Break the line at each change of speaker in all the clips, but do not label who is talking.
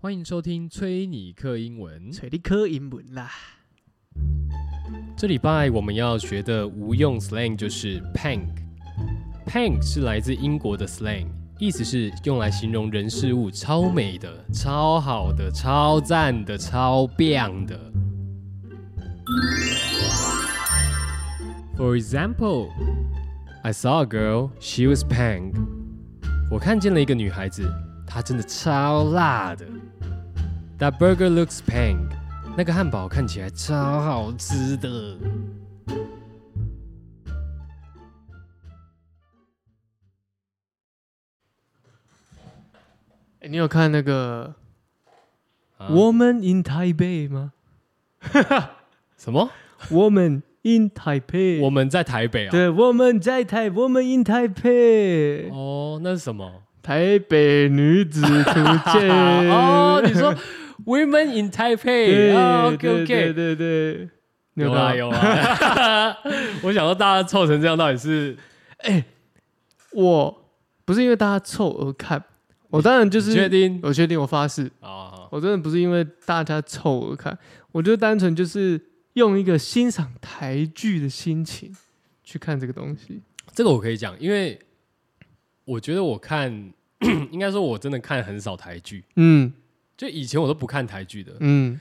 欢迎收听崔尼克英文。
嗯找你考英文啦。
这礼拜我们要学的无用 slang 就是 pank。pank 是来自英国的 slang，意思是用来形容人事物超美的、超好的、超赞的、超棒的。For example, I saw a girl, she was pank。我看见了一个女孩子，她真的超辣的。That burger looks pank。那个汉堡看起来超好吃的。
欸你有看那个
啊
《Woman in Taipei》吗
什么？
？Woman in Taipei，
我们在台北啊？
对，我们在台，Woman in Taipei，、
哦，那是什么？
台北女子图 鉴。
哦，你说 Women in
对
Taipei？啊
对
，OK
对
OK，
对对，你
有啦
看
有啦。 我想说大家凑成这样，到底是
我不是因为大家凑而看，我当然就
你确
是
定？
我确定，我发誓，
哦，
我真的不是因为大家凑而看，我就单纯就是用一个欣赏台剧的心情去看这个东西。
这个我可以讲，因为我觉得我看， 应该说我真的看很少台剧，
嗯
就以前我都不看台剧的。
嗯，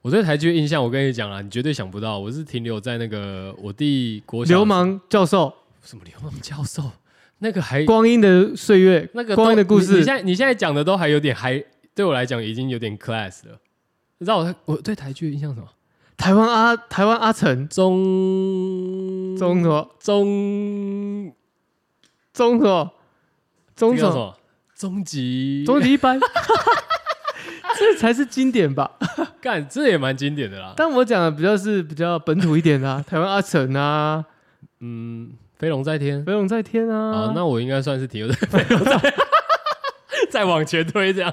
我对台剧的印象，我跟你讲啊啦，你绝对想不到，我是停留在那个我弟国小
流氓教授，
什么流氓教授，那个还
光阴的岁月，
那个
光阴
都
的故
你你
事
现，在你现在讲的都还有点还对我来讲已经有点 class 了。你知道我我对台剧的印象是什么？
台湾阿台湾阿成，
中
中什么
中
中什么中
这
什
个叫什
么
么？终极
终极一班， 这才是经典吧？
干，这也蛮经典的啦。
但我讲的比较是比较本土一 点的、啊，台湾阿成啊，
嗯，飞龙在天。
飞龙在天啊，
啊，那我应该算是停留在飞龙在， 再往前推这样，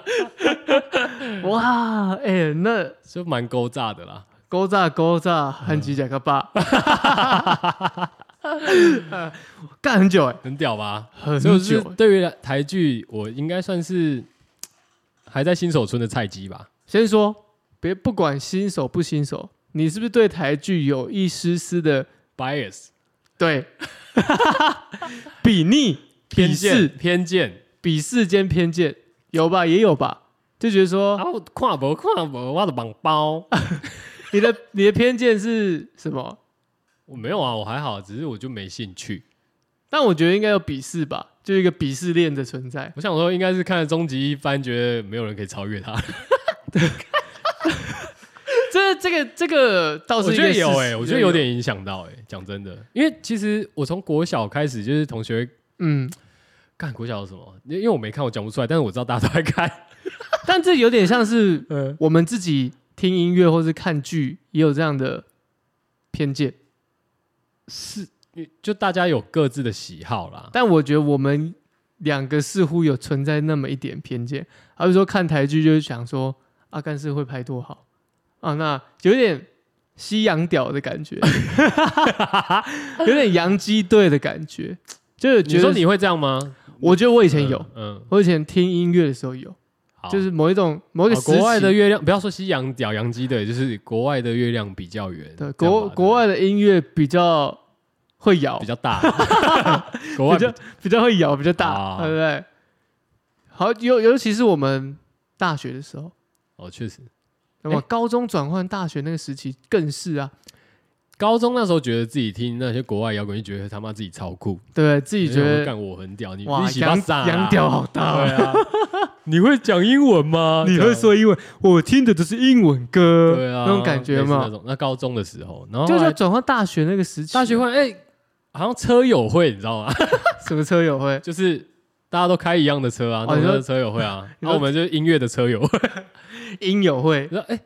哇，哎、那
就蛮勾炸的啦。
勾炸勾
嗯
炸，很急甲个爸， 干很久哎、
很屌吧？
很
所以我
久
是
欸
对于台剧，我应该算是还在新手村的菜鸡吧。
先说，别不管新手不新手，你是不是对台剧有一丝丝的
bias
对 比逆、
偏
鄙视
见、、偏见，
鄙视兼偏见？有吧，也有吧，就觉得说、
然后跨博跨博，我的绑包，
你的你的偏见是什么？
我没有啊，我还好，只是我就没兴趣。
但我觉得应该有鄙视吧，就一个鄙视链的存在。
我想说，应该是看了终极一番，觉得没有人可以超越他。
这这个这个倒哦是
我觉得
一个
有
事实
哎、我觉得有点影响到哎、讲真的，因为其实我从国小开始就是同学
嗯，
干国小有什么，因为我没看，我讲不出来，但是我知道大家都在 看。
但这有点像是
嗯，
我们自己听音乐或是看剧也有这样的偏见，
就大家有各自的喜好啦。
但我觉得我们两个似乎有存在那么一点偏见，而是说看台剧就是想说阿甘是会拍多好啊，那有点西洋屌的 感觉，有点洋基队的感觉，就是
你
觉
说
得
你会这样吗？
我觉得我以前有，
嗯，嗯
我以前听音乐的时候有，
好
就是某一种某一个
好
时期
哦国外的月亮，不要说西洋屌洋基的，就是国外的月亮比较圆，
对
这样
国
吧
国外的音乐比较会摇
比，较 大，国外
比较比较会摇，比较大，
啊
对不对？好，尤尤其是我们大学的时候，
哦，确实，
那么
哎
高中转换大学那个时期更是啊，
高中那时候觉得自己听那些国外摇滚，就觉得他妈自己超酷，
对不对？自己觉
就想说
得
干我很屌，你
哇
你，喜欢
洋
啥？
洋屌好大
对
啊，
啊，你会讲英文吗？
你
这
会
样
说英文，我听的都是英文歌，
对啊，
那种感觉
类似那
嘛，
种那高中的时候，然后
就是
后
要
来
转换大学那个时期，
大学会哎，好像车友会，你知道吗？
什么车友会，
就是大家都开一样的车啊，
哦
那我们
你说
的车友会啊，
你
那
说
我们就是音乐的车 友会，
音友会，
然后哎，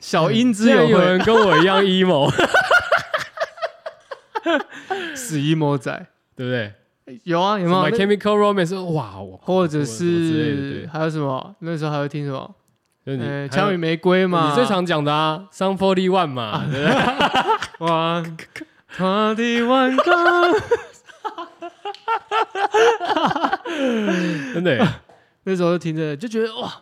小音之
竟然有
友会，
人跟我一样 emo，
死一魔仔，
对不 对？
有啊，有没有
买
那？
Chemical Romance，哇，我
或者
什么之类的
是
对
还有什么？那时候还会听什么？
就是你
呃，
还有
枪与啊玫瑰嘛，
你最常讲的啊，Sun Forty One 嘛，对不对？
哇，他的晚光。
真的耶，
那时候就听着就觉得哇，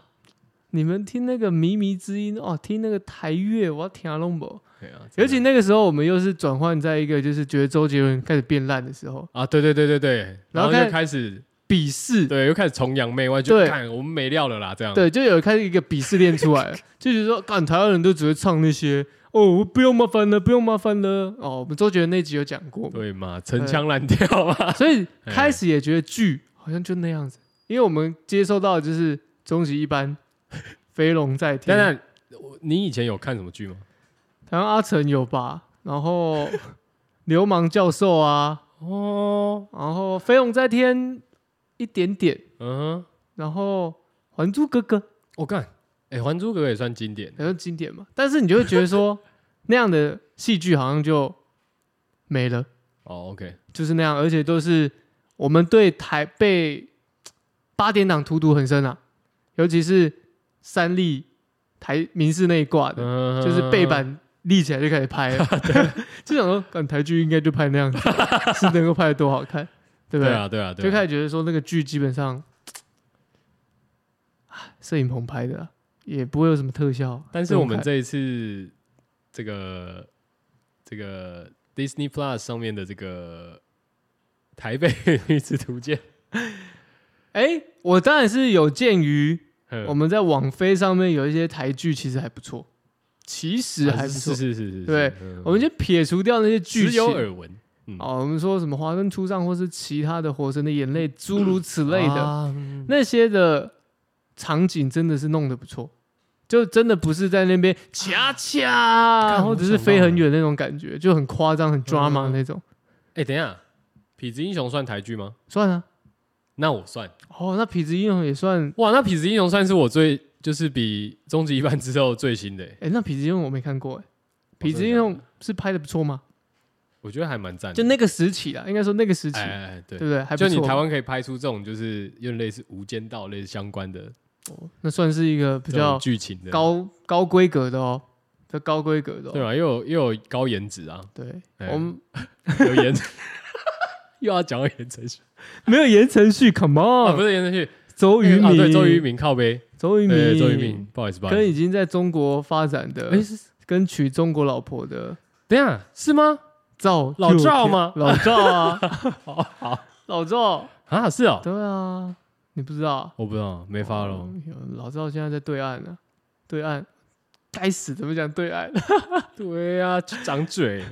你们听那个靡靡之音哦，听那个台乐，我要听阿龙伯。
对啊， 真
尤
的
其那个时候，我们又是转换在一个就是觉得周杰伦开始变烂的时候，
啊，对对对对对，
然
然
后
后
开
就开始
鄙视，
对，又开始崇洋媚外，就
对
看我们没料了啦，这样。
对，就有开始一个鄙视链 出来了，就觉得说，干台湾人都只会唱那些哦，不用麻烦了，不用麻烦了。哦，我们周杰伦那集有讲过嘛，
对嘛，陈腔滥调 嘛，
所以
哎
开始也觉得剧好像就那样子，因为我们接受到的就是终极一班，飞龙在天。
当然，我你以前有看什么剧吗？
台湾阿成有吧，啊然后流氓教授啊，
哦，
然后飞龙在天一点点，
嗯哼，
然后还珠格格，
我看，哎，《还珠格格》也算经典，
好像经典嘛。但是你就会觉得说那样的戏剧好像就没了，
哦，OK，
就是那样，而且都是我们对台被八点档荼毒很深啊，尤其是三立台民视那一挂的，
嗯
就是背，板立起来就开始 拍了，就想说，港台剧应该就拍那样子，是能够拍的多好看，对不
对
对？
啊，对啊，对啊，
就开始觉得说那个剧基本上，唉摄影棚拍的啊、也不会有什么特效。
但是我们
不用
这一次这个这个 Disney Plus 上面的这个台北女子图鉴，
看哎、我当然是有鉴于
嗯
我们在网飞上面有一些台剧其实还不错，其实还不
啊是
错。
是是是，
对
是，嗯
我们就撇除掉那些剧
只有
情。
耳闻
哦，我们说什么《华灯初上》或是其他的《火神的眼泪》诸如此类的，
啊
那些的场景真的是弄得不错，就真的不是在那边恰恰，
干
或
我
者是
想
飞
到
很
了
远那种感觉，就很夸张、很 drama
嗯
那种。
哎，等一下，痞子英雄算台剧吗？
算啊，
那我算
哦，那痞子英雄也算，
哇，那痞子英雄算是我最就是比终极一班之后最新的欸，
哎，那痞子英雄我没看过，哎，
哦真
痞
的
子英
假的
雄是拍的不错吗？
我觉得还蛮赞的。
就那个时期啦，应该说那个时
嗯
期，
哎哎哎，
对
对
不，对？还不
就
错，
你台湾可以拍出这种就是有点类似《无间道》类似相关的
哦那算是一个比
这
较
种剧情的，
高高规格的哦，这高规格的
对
哦。
吧？又有又有高颜值啊，
对，
哎
我们
有言， 又要讲到言承旭
没有言承旭，Come
啊，不
on，
是言承旭，
周渝
啊，
民，
对，周渝，民靠背，
周渝
对，
民，
周渝民，不好意思，不好
跟
意思，
已经在中国发展的，
哎，是
跟娶中国老婆的
等一下是吗？
赵
老
又
赵
廷
吗
老赵 啊，好老赵，
啊，是哦，
对啊，你不知道？
我不知道，没发了
哦。有老赵现在在对岸呢、啊对岸，该死，怎么讲对岸？
对啊，就长嘴。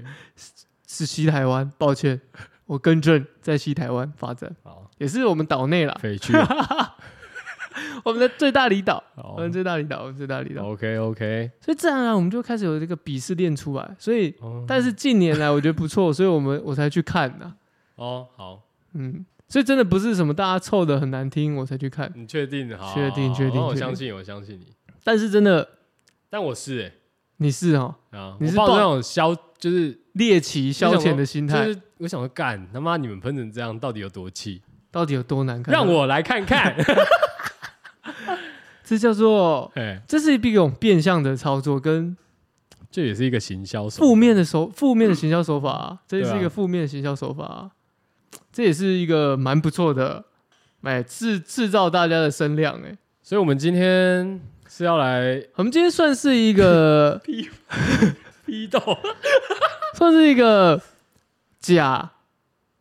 是西台湾，抱歉，我更正，在西台湾发展，
好，
也是我们岛 内啦，
飞去。
我们的最大离岛，
好
我们最大离岛，我们最大离岛，
，OK OK。
所以自然而然我们就开始有这个鄙视链出来，所以。
哦
但是近年来我觉得不错，所以我们我才去看啊呐、
哦，好，
嗯，所以真的不是什么大家凑的很难听我才去看，
你确定？好，
确定
好
确定
好我
确定
相信，我相信你。
但是真的
但我是哎
你是哦
啊，
你
我
是
抱着
抱
那种消，就是
猎奇消遣的心
就
态，
是，我想说，干他妈你们喷成这样，到底有多气？
到底有多难看？啊
让我来看看。
这叫做
哎，
这是一种变相的操作，跟
这也是一个行销手
负面的手负面的行销手法啊、这
对
是
啊
一个负面的行销手法啊、这也是一个蛮不错的，哎，制制造大家的声量哎。
所以我们今天是要来
我们今天算是一个
批斗，
算是一个假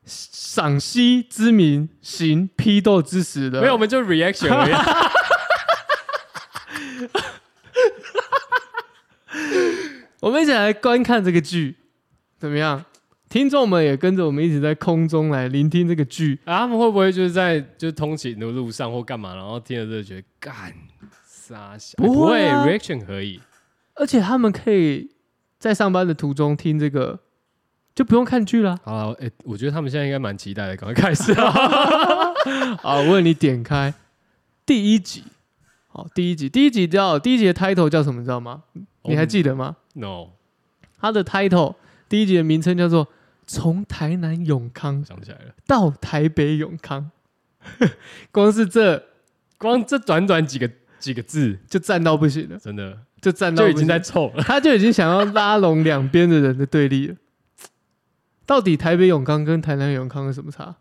赏析之名行批斗之实 的，
没有，我们就 reaction 而已。啊
我们一起来观看这个剧，怎么样？听众们也跟着我们一起在空中来聆听这个剧，
啊，他们会不会就是在就是通勤的路上或干嘛，然后听了这个觉得干傻小？
不会啊
r e a c t i o n 可以。
而且他们可以在上班的途中听这个，就不用看剧啦。
好了，哎、我觉得他们现在应该蛮期待的，赶快开始 啊！
好，啊我为你点开第一集，好，第一集，第一集叫第一集的 title 叫什么？你知道吗？你还记得吗？
No，
它的 title 第一集的名称叫做《从台南永康
我想起来了，
到台北永康》， 光是这
光这短短几个几个字，
就赞到不行了，
真的
就赞到
就已
不
经
行
在凑 了。
他就已经想要拉拢两边的人的对立了。到底台北永康跟台南永康有什么差？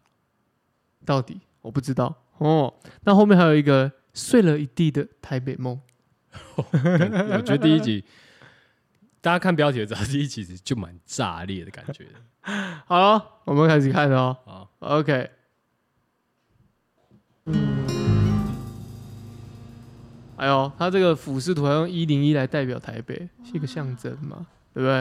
到底我不知道哦。那后面还有一个睡了一地的台北梦，
我觉得第一集大家看标题就知道，第一集就蛮炸裂的感觉的。
好了，我们开始看哦。
好，
OK，哎呦，它这个俯视图还用一零一来代表台北，是一个象征嘛，对不对？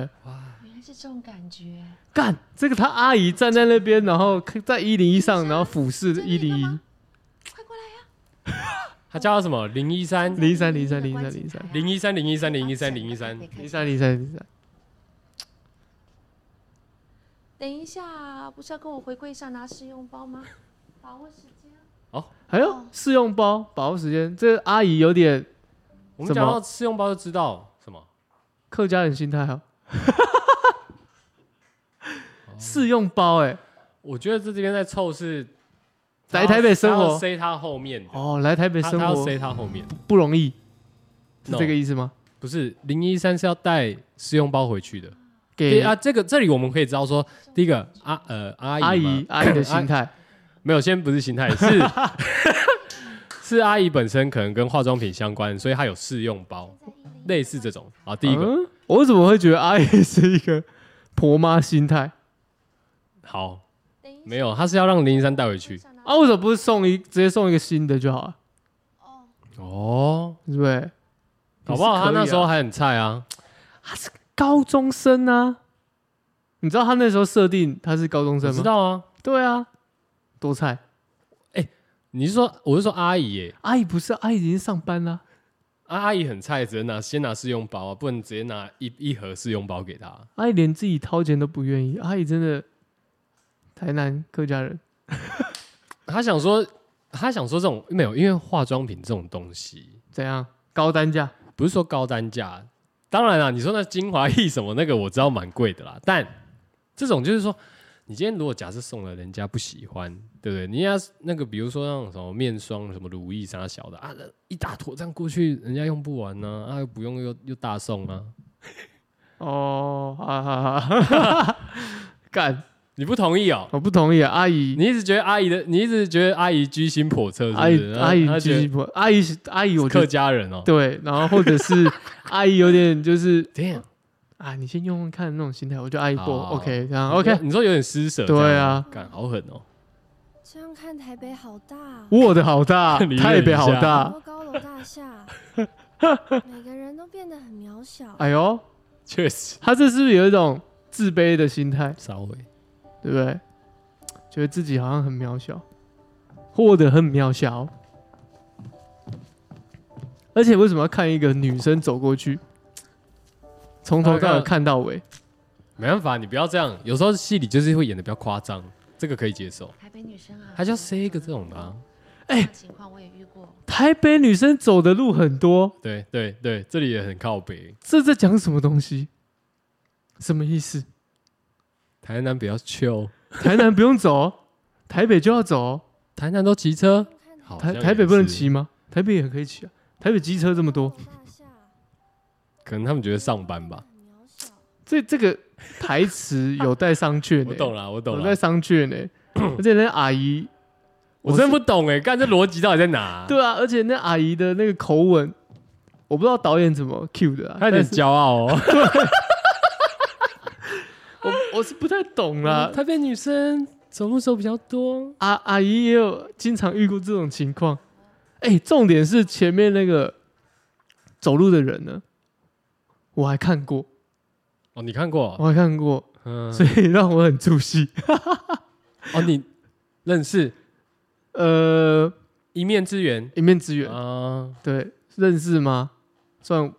原来是这种感觉。
干，这个他阿姨站在那边，然后在一零一上，
是啊
然后俯视
真的
一零一，
快过来啊呀、
他叫他什么？零一三
零一三零一三
那个
零一
观
三
景
零一
台
三
啊
零一三零一三零一三零一三
可以。可
零
以
一三零一三零一三，
等一下，不是要跟我回柜上拿试用包吗？把握时间。
哎呦，试用包把握时间，这个阿姨有点
我们
什
讲
么
到试用包就知道什么
客家人心态 哦。试用包哎、
我觉得这边在凑是
来台北生活
他要塞他后面的，
哦，来台北
他
生
他要
活
塞他后面，
不容易，是
No
这个意思吗？
不是零一三是要带试用包回去的。对
给
啊，这个这里我们可以知道说，第一个阿、呃阿姨
阿
嘛
姨阿姨的心态，
没有，先不是心态，是 是阿姨本身可能跟化妆品相关，所以她有试用包，类似这种啊。第一个、
嗯我怎么会觉得阿姨是一个婆妈心态
好，没有，她是要让零一三带回去
啊？为什么不是送一直接送一个新的就好了？
哦，
是不是？
搞不好她
也是可以啊
那时候还很菜啊。
高中生啊，你知道他那时候设定他是高中
我
生
知
吗？
道啊，
对啊，多菜
你是说我是说阿姨耶、
阿姨不是阿姨已经上班啦，
啊阿姨很菜，只能拿先拿试用包啊，不能直接拿一一盒试用包给她。
阿姨连自己掏钱都不愿意，阿姨真的台南客家人
她想说，她想说这种没有，因为化妆品这种东西
怎样高单价？
不是说高单价，当然啦，你说那精华液什么那个我知道蛮贵的啦，但这种就是说，你今天如果假设送了人家不喜欢，对不对？你要是那个比如说那种什么面霜、什么乳液啥小的啊，那一大坨这样过去，人家用不完呢、啊，又不用又又大送啊，
哦，哈哈哈， 干，
你不同意哦？
我不同意啊，阿姨
你一直觉得阿姨的，你一直觉得阿姨居心叵测，是
阿
不是？
姨阿姨
她
其
觉得
实不，阿姨是阿姨，我觉
客
得
家人哦，
对，然后或 者是阿姨有点就是
对
啊，你先用用看那种心态，我觉得阿姨不
好
OK，这样啊 OK，
你说有点施舍，
对啊，
感好狠哦，
这样看台北好大啊，
我的好 大
你忍，一下
台北好
好
大，
多高楼 大厦，每个人都变得很渺小。
哎呦，
确实
他这是不是有一种自卑的心态，
稍微
对不对？觉得自己好像很渺小，活得很渺小。而且为什么要看一个女生走过去，从头到尾看到尾？
没办法，你不要这样。有时候戏里就是会演的比较夸张，这个可以接受。
台北女生啊，
他就塞一个这种的、啊，
哎，这种情况我也遇过。
台北女生走的路很多，
对对对，这里也很靠北。
这在讲什么东西？什么意思？
台南比较 chill，
台南不用 走，哦台北就要走，哦
台南都骑车
呃
这。样看
好，
台
像
台北不能
也是
骑，吗？台北也可以骑啊，台北机车这么多，
高楼大厦，
可能他们觉得上班吧。
很渺小。
这这个台词有待商 榷呢、
我懂了，我懂
有
了
待，商榷 呢、而且那阿姨，
我真不懂哎，干这逻辑到底在哪啊？
对啊，而且那阿姨的那个口吻，我不知道导演怎么 cue 的、啊，
他有点
但是
骄傲哦。
我我是不太懂 啦。
啊台北女生走路手比较多，
阿、阿姨也有经常遇过这种情况。哎、重点是前面那个走路的人呢，我还看过，
哦，你看过？
我还看过，
嗯，
所以让我很出戏。
哦，你认识
呃，
一面之缘
一面之缘，
啊？
对，认识吗？算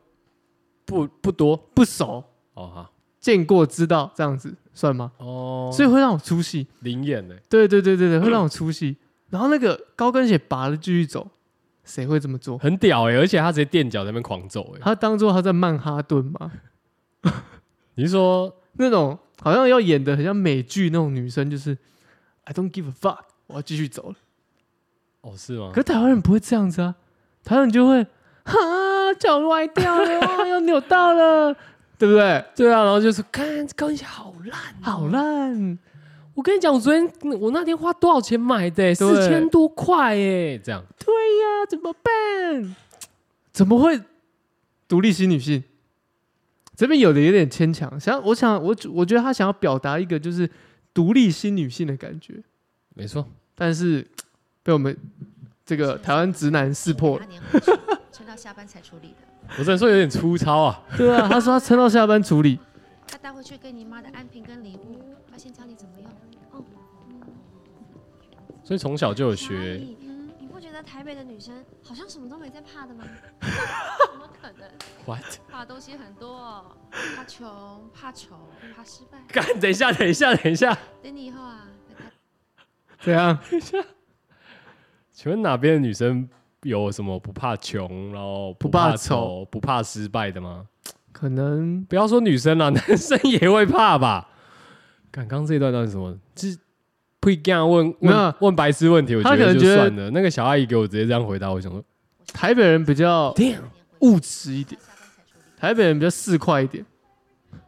不不多
不熟，
哦，好
见过知道这样子算吗？
哦，
所以会让我出戏。
灵欸眼呢？
对对对对对，会让我出戏。然后那个高跟鞋拔了继续走，谁会这么做？
很屌哎、而且他直接垫脚在那边狂走哎、
他当做他在曼哈顿吗？
你是说
那种好像要演的很像美剧那种女生，就是 I don't give a fuck，我要继续走了。
哦是吗
可？是台湾人不会这样子啊，台湾人就会哈脚歪掉了，哇要扭到了，对不对？
对啊，然后就是看高跟鞋好烂、
好。烂，
我跟你讲，我昨天我那天花多少钱买的、欸，四
对
千多块哎、这样
对呀、怎么办？怎么会独立新女性，这边有的有点牵强。想我想我我觉得他想要表达一个就是独立新女性的感觉，
没错，
但是被我们这个台湾直男识破了。
了，撑到下班才处理的。
我只能说有点粗糙啊。
对啊，他说他撑到下班处理，
他带回去给你妈的安瓶跟礼物，她先教你怎么用。
所以从小就有
小
学，
蚂蚁
嗯，
你不觉得台北的女生好像什么都没在怕的吗？
怎么可能？
what？
怕东西很多，怕穷，怕丑，怕失败。
干，等一下，等一下，等一下，
等你以后啊，在台
怎样？
请问哪边的女生有什么不怕穷，然后
不怕
怕丑、不怕失败的吗？
可能
不要说女生了， 男生也会怕吧？刚刚这一段到底是什么？是会这样问
没
问
有
问白痴问题，我
他
觉得
可能
就
觉得
算了。那个小阿姨给我直接这样回答，我想说，
台北人比较
天啊，
务实一点，
下班才处理。
台北人比较市侩一点，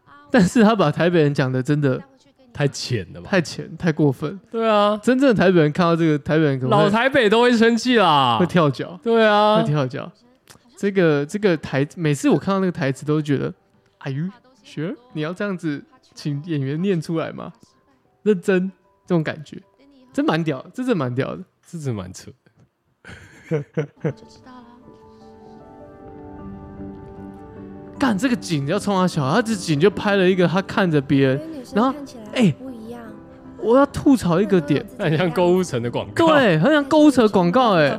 啊，
但是他把台北人讲的真的
带回去给你妈
太浅了吧？
太浅太过分。
对啊，
真正的台北人看到这个台北人可能
老
会
台北都会生气啦
会。跳脚，
对
会
啊，
跳脚。
好像
这个这个台，每次我看到那个台词都觉得，Are you
怕东西很
sure？
多
你要这样子
怕穷
请演员念出来吗
怕失败
认真这种感觉，
等你以后
真蛮屌，这真蛮屌的。
这真蛮扯。
我就知道了。
干这个景要冲他小，他这景就拍了一个他看着别
因
人，
为女
然后
生看起来
哎
不一样，
我要吐槽一个点，
那很像购物城的广告。，
对，很像购物车广告哎、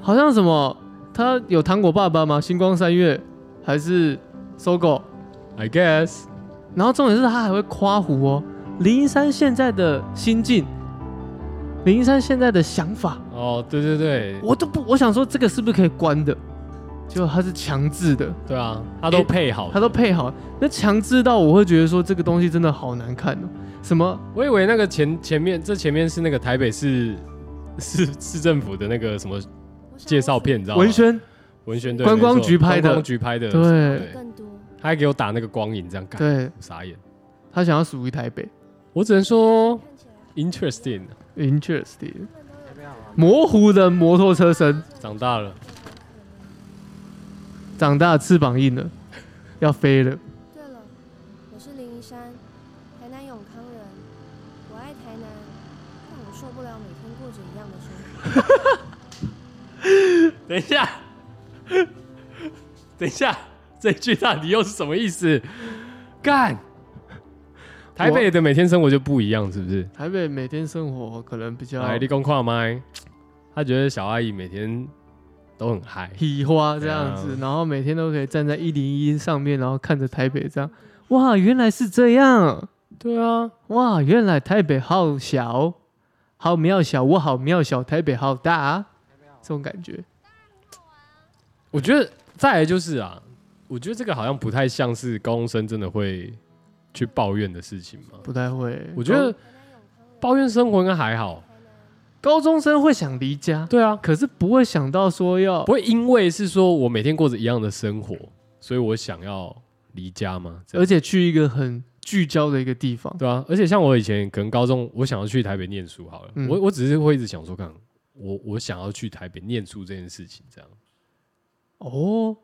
好
像
像什么他有糖果爸爸吗？星光三月还是搜狗？
I guess
然后重点是他还会夸胡哦，林一山现在的心境，林一山现在的想法，
哦，对对对，
我都不，我想说这个是不是可以关的？结果他是强制的，
对啊，他都配好
他。都配好，那强制到我会觉得说这个东西真的好难看哦。什么？
我以为那个前前面这前面是那个台北市市市政府的那个什么介绍片，你知道吗？
文轩
文宣对
观光
没错
局拍的
观光局拍的，
对
更多，
他还给我打那个光影，这样干，
对
傻眼。
他想要属于台北
我只能说
看起来
interesting，
，interesting，
他们都有
模糊的摩托车身，
长大了，
长大翅膀硬了，要飞了。
对了，我是林一山，台南永康人，我爱台南，但我受不了每天过着一样的生活。
等一下， 等一下，这句到底又是什么意思？干，台北的每天生活就不一样，是不是？
台北每天生活可能比较
来，立功跨麦，他觉得小阿姨每天都很嗨，
皮花这样子，
对啊
然后每天都可以站在一零一上面，然后看着台北这样，哇，原来是这样，
对啊，
哇，原来台北好小，好渺小，我好渺小，台北好大，这种感觉，
我觉得再来就是啊，我觉得这个好像不太像是高中生真的会去抱怨的事情嘛。
不太会。
我觉得
高
台南永康人，
抱怨生活应该还好，
台南
高中生会想离家，
对啊，
可是不会想到说要
不会因为是说我每天过着一样的生活，所以我想要离家吗？这
而
样
且去一个很聚焦的一个地方，
对啊，而且像我以前可能高中，我想要去台北念书好了，
嗯
我我只是会一直想说，看我我想要去台北念书这件事情，这样
哦，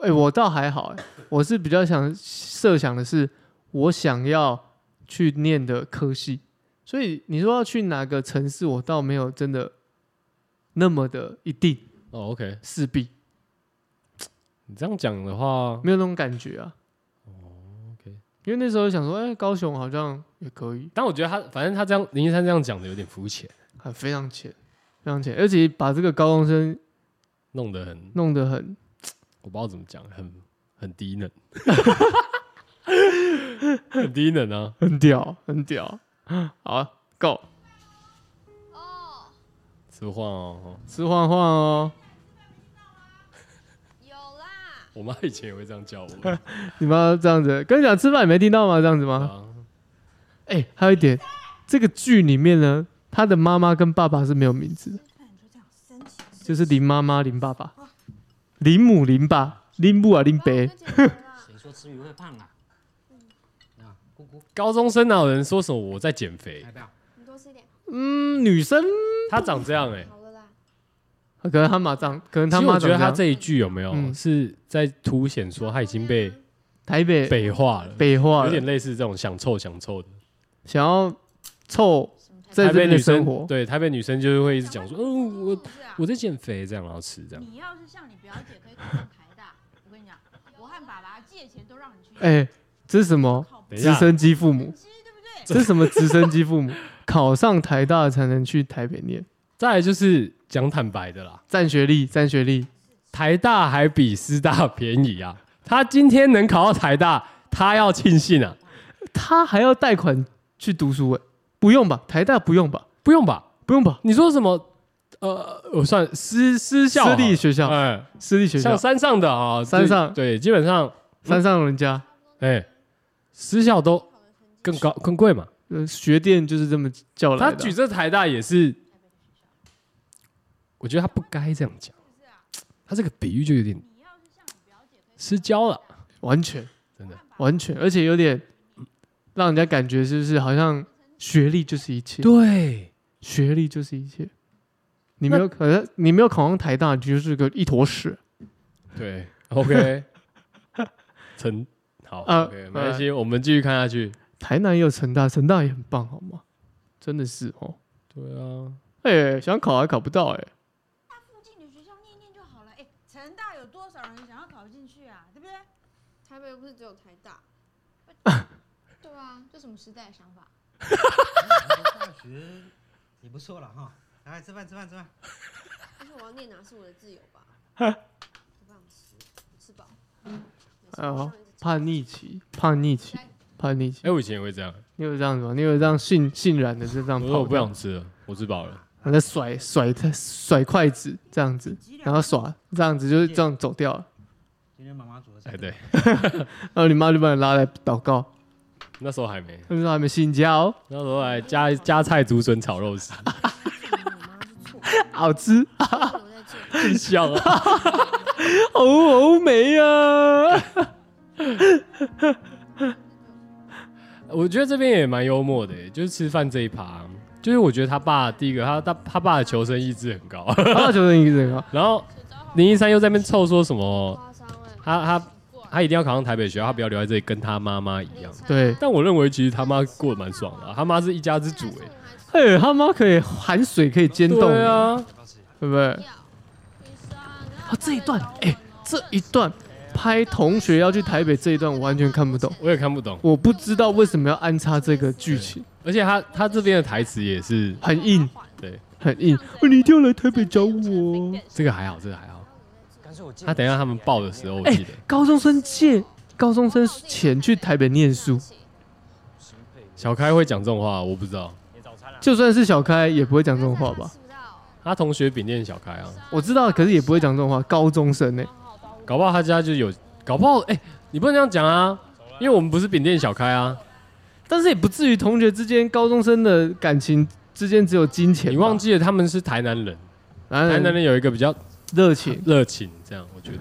哎、我倒还好、哎，我是比较想设想的是，我想要去念的科系，所以你说要去哪个城市，我倒没有真的那么的一定
哦，OK，
势必
你这样讲的话，
没有那种感觉啊。
，OK
因为那时候想说，哎、高雄好像也可以，
但我觉得他反正他这样林一山这样讲的有点肤浅，
很非常浅，非常浅，而且把这个高中生
弄得很
弄得很
我不知道怎么讲，很很低能， 很低能啊！
很屌，很屌。 好、啊、，Go，
哦，
吃话哦，
吃晃晃哦，
有啦，
我妈以前也会这样叫我。
你们要这样子，跟你讲吃饭你没听到吗？这样子吗？
啊，
哎、还有一点，这个剧里面呢，他的妈妈跟爸爸是没有名字的，就是林妈妈、林爸爸、林母、林爸、林母啊、林伯。
谁说吃鱼会胖啊？啊，姑姑，
高中生哪有人说什么我在减肥
要？不要？
你多吃一点，
嗯，女生
她长这样哎、
好了啦。
可能他妈长，可能
其
他
实
妈
我觉
长
得
这
他
样
这一句有没有、
嗯
是在凸显说他已经被
台北
北化了，
北化
有
了
点，类似这种想臭想臭的。
想要凑
什么态
在
台
这
北
边
女
的生
生
活，
对台北女生就是会一直讲说，嗯，我我
我
在减肥，这样然后吃这样。
你要是像你表姐可以考上台大，我跟你讲，我和爸爸借钱都让你去。
哎、这是什么
靠
等
北，
一
直
下，
升机父母？
知对不对？
这是什么直升机父母？考上台大才能去台北念，
再来就是讲坦白的啦，
占学历，占学历，
台大还比师大便宜啊。他今天能考到台大，他要庆幸啊，
他还要贷款去读书哎、不用吧？台大不用吧？
不用吧？
不用吧？
你说什么？呃，我算私私校好
私
了
立学校，
哎，
私立学校
像，山上的啊，
山上
对，对基本上，
山上人家，
哎，私校都更高更贵嘛。
呃，学店就是这么叫来
他
的。啊
举这台大也是，我觉得他不该这样讲，他这个比喻就有点
你要是像你表姐可以
失焦了，
完全
真的。
完全，而且有点让人家感觉就是好像学历就是一切，
对，
学历就是一切。你
那
没有可能，你没有考上台大，你就是个一坨屎。
对，OK，成好、
啊
o k 没关系，我们继续看下去。
台南也有成大，成大也很棒，好吗？真的是哦，
对啊，
哎、想考还考不到哎、
附近的学校念念就好了。哎，成大有多少人想要考进去啊？对不对？
台北又不是只有台大，对啊，这什么时代的想法？
大学也不错了哈。来吃饭，吃饭，吃饭。
但是我要念哪是我的自由吧？我不想吃，我吃饱。没事
哎呦
我上一次吃
叛逆期，叛逆期，叛逆期
哎、。我以前也会这样，
你有这样子吗？你有这样信信然的就这样
我
跑
说
掉？
我不想吃了，我吃饱了。
还在甩甩他甩筷子这样子，然后耍这样子就是这样走掉了。
今天妈妈煮的菜。
哎，对，
然后你妈就把你拉来祷告，
那时候还没，
那时候还没信哦教，
那时候还 加加菜竹笋炒肉 丝，
我妈是错，
好吃，
我在这。
很香啊。
好欧美啊！
我觉得这边也蛮幽默的，就是吃饭这一趴，就是我觉得他爸第一个，他他他爸的求生意志很高，
他求生意志啊，
然后林一山又在那边凑说什么，
夸张哎，
他他他一定要考上台北学校，他不要留在这里，跟他妈妈一样。
对
但我认为其实他妈过得蛮爽的啊、他妈是一家之主哎、
嘿，他妈可以含水可以煎冻，
对，啊，
高吃。
对不对？
啊
啊，这一段，哎、这一段拍同学要去台北这一段，我完全看不懂，
我也看不懂，
我不知道为什么要安插这个剧情，
而且他他这边的台词也是
很硬，
对，
很硬。哦你一定要来台北找我，哦
这个还好，这个还好。
干脆我借
他等一下他们抱的时候，我
哎
记得、
高中生借高中生钱去台北念书，
小开会讲这种话，我不知道。
就算是小开也不会讲这种话吧？
他同学饼店小开啊，
我知道，可是也不会讲这种话。高中生欸呢、
搞不好他家就有，搞不好哎、你不能这样讲啊，因为我们不是饼店小开啊，
但是也不至于同学之间、高中生的感情之间只有金钱吧。
你忘记了他们是台南人，
男
台
人
南人有一个比较
热情，
热情，这样我觉得。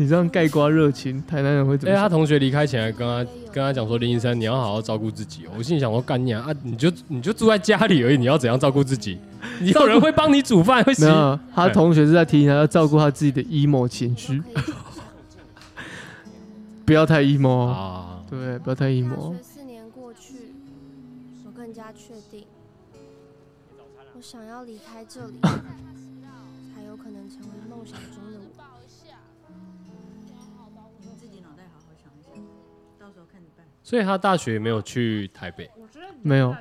你这样盖瓜热情，台南人会怎
哎、
么想？
他同学离开前还跟他跟他讲说林医生你要好好照顾自己、哦，我心里想说干你啊，啊你就你就住在家里而已，你要怎样照顾自 己？你有人会帮你煮饭，会洗
没。有，啊
哎
他同学是在提醒他要照顾他自己的 emo 情绪，不要太 emo，哦、
啊，
对，不要太
大
emo 哦
学。四年过去，我更加确定，我想要离开这里，才有可能成为梦想中的我。
你自己脑袋好好想一想，到时候看你办。
所以他大学没有去台北，
我觉得
没有，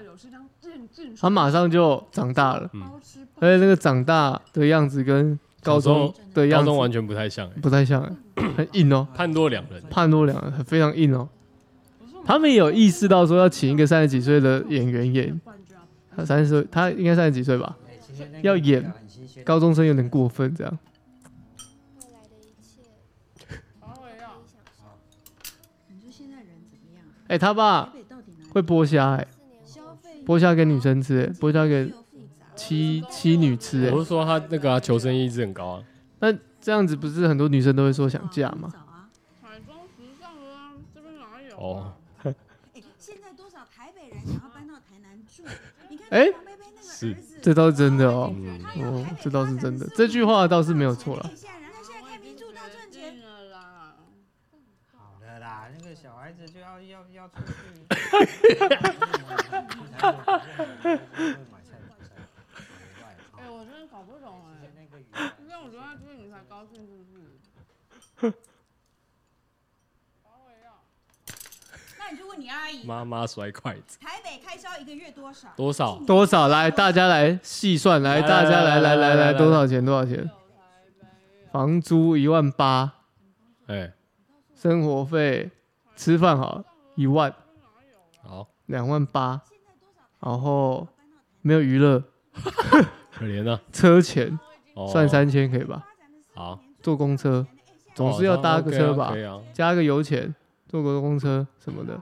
他马上就长大了，而哎且那个长大的样子跟高中的
高
样
中完
子
全不太像、哎
不太像、欸很硬哦。
判若两人。
判若两人，很非常硬哦。他们也有意识到说要请一个三十几岁的演员演，三十岁，他应该三十几岁吧？
哎今天那个
要演
很新鲜
高中生有点过分这样。
未来的一切，可以想象。
你说现在人怎么样啊？
哎、他
台
爸
北到底哪里
会剥虾哎，
四年
消费
剥虾给女生吃、哎，剥虾给
又复杂？啊
妻妻女吃哎、
我是说他那个啊、求生意志很高啊，
那这样子不是很多女生都会说想嫁吗？
早啊！
彩妆时尚啊，这边哪有、
哦
啊？
哎，现在多少台北人想要搬到台南住？你看
哎
黄贝贝那个
是
儿子
这倒是真的哦
嗯
他要
哦
还，得
这倒
发
是
展
真的
事，
这
物
句话倒是没有
赚
错
钱
了
哎。吓人！他现在开民宿大赚钱，
了啦。
好的啦，那个小孩子就要要要出去买菜买菜
哎、我真的搞不懂 哎、
那个鱼啊
因为我昨天追你才高兴，是不是？ 把我也要
那你就问你阿姨，
妈妈摔筷子，
台北开销一个月多少？
多少？
多少？来，大家来细算，来，大家来来来来，多少钱？多少钱？房租一万八，
哎，
生活费，吃饭好一万，
好，
两万八，然后没有娱乐，
可怜了。
车钱
哦
算三千可以吧？
好，
啊坐公车，总
哦
是要搭个车吧
可以啊。
加个油钱，坐个公车什么的，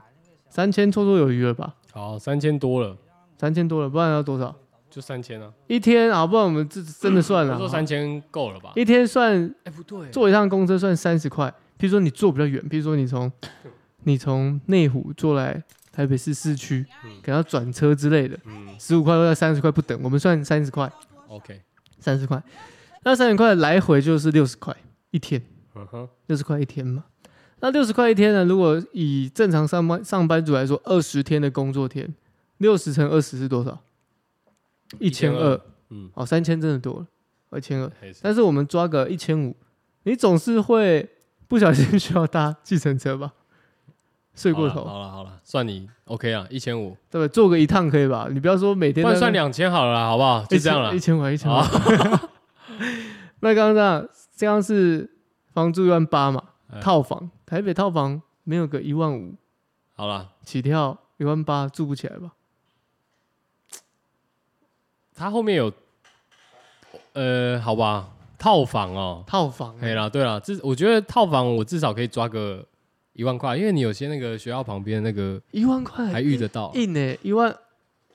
三千绰绰有余了吧？
好，三千多了，
三千多了，不然要多少？
就三千啊。
一天啊，不然我们这真的算
我
了
说
哈
三，千够了吧？
一天算
哎，不对，
坐一趟公车算三十块。譬如说你坐比较远，譬如说你从
嗯
你从内湖坐来台北市市区，
嗯
给他转车之类的，
嗯
十五块到三十块不等，我们算三十块，
，OK，
三十块，那三十块来回就是六十块一天，
嗯哼，
六十块一天嘛。那六十块一天呢？如果以正常上班上班族来说，二十天的工作天，六十乘二十是多少？一千二
1200。嗯，
哦，三千真的多了，二千二。
还是
但是我们抓个一千五，你总是会不小心需要搭计程车吧？睡过
好了
头，
好了好了，算你 OK 啊，一千五，
对吧？坐个一趟可以吧？你不要说每天
不然
在那
算两千好了啦，好不好？就这样了哦
一。千五还一千五
好。
那刚刚这样，这样是房租一万八嘛
哎？
套房，台北套房没有个一万五
好了，
起跳，一万八住不起来吧？
它后面有，呃，好吧，套房哦。
套房、
可以
欸，
啦，对啦，至我觉得套房我至少可以抓个一万块，因为你有些那个学校旁边那个
一万块
还遇得到，
硬呢、哎欸，一万，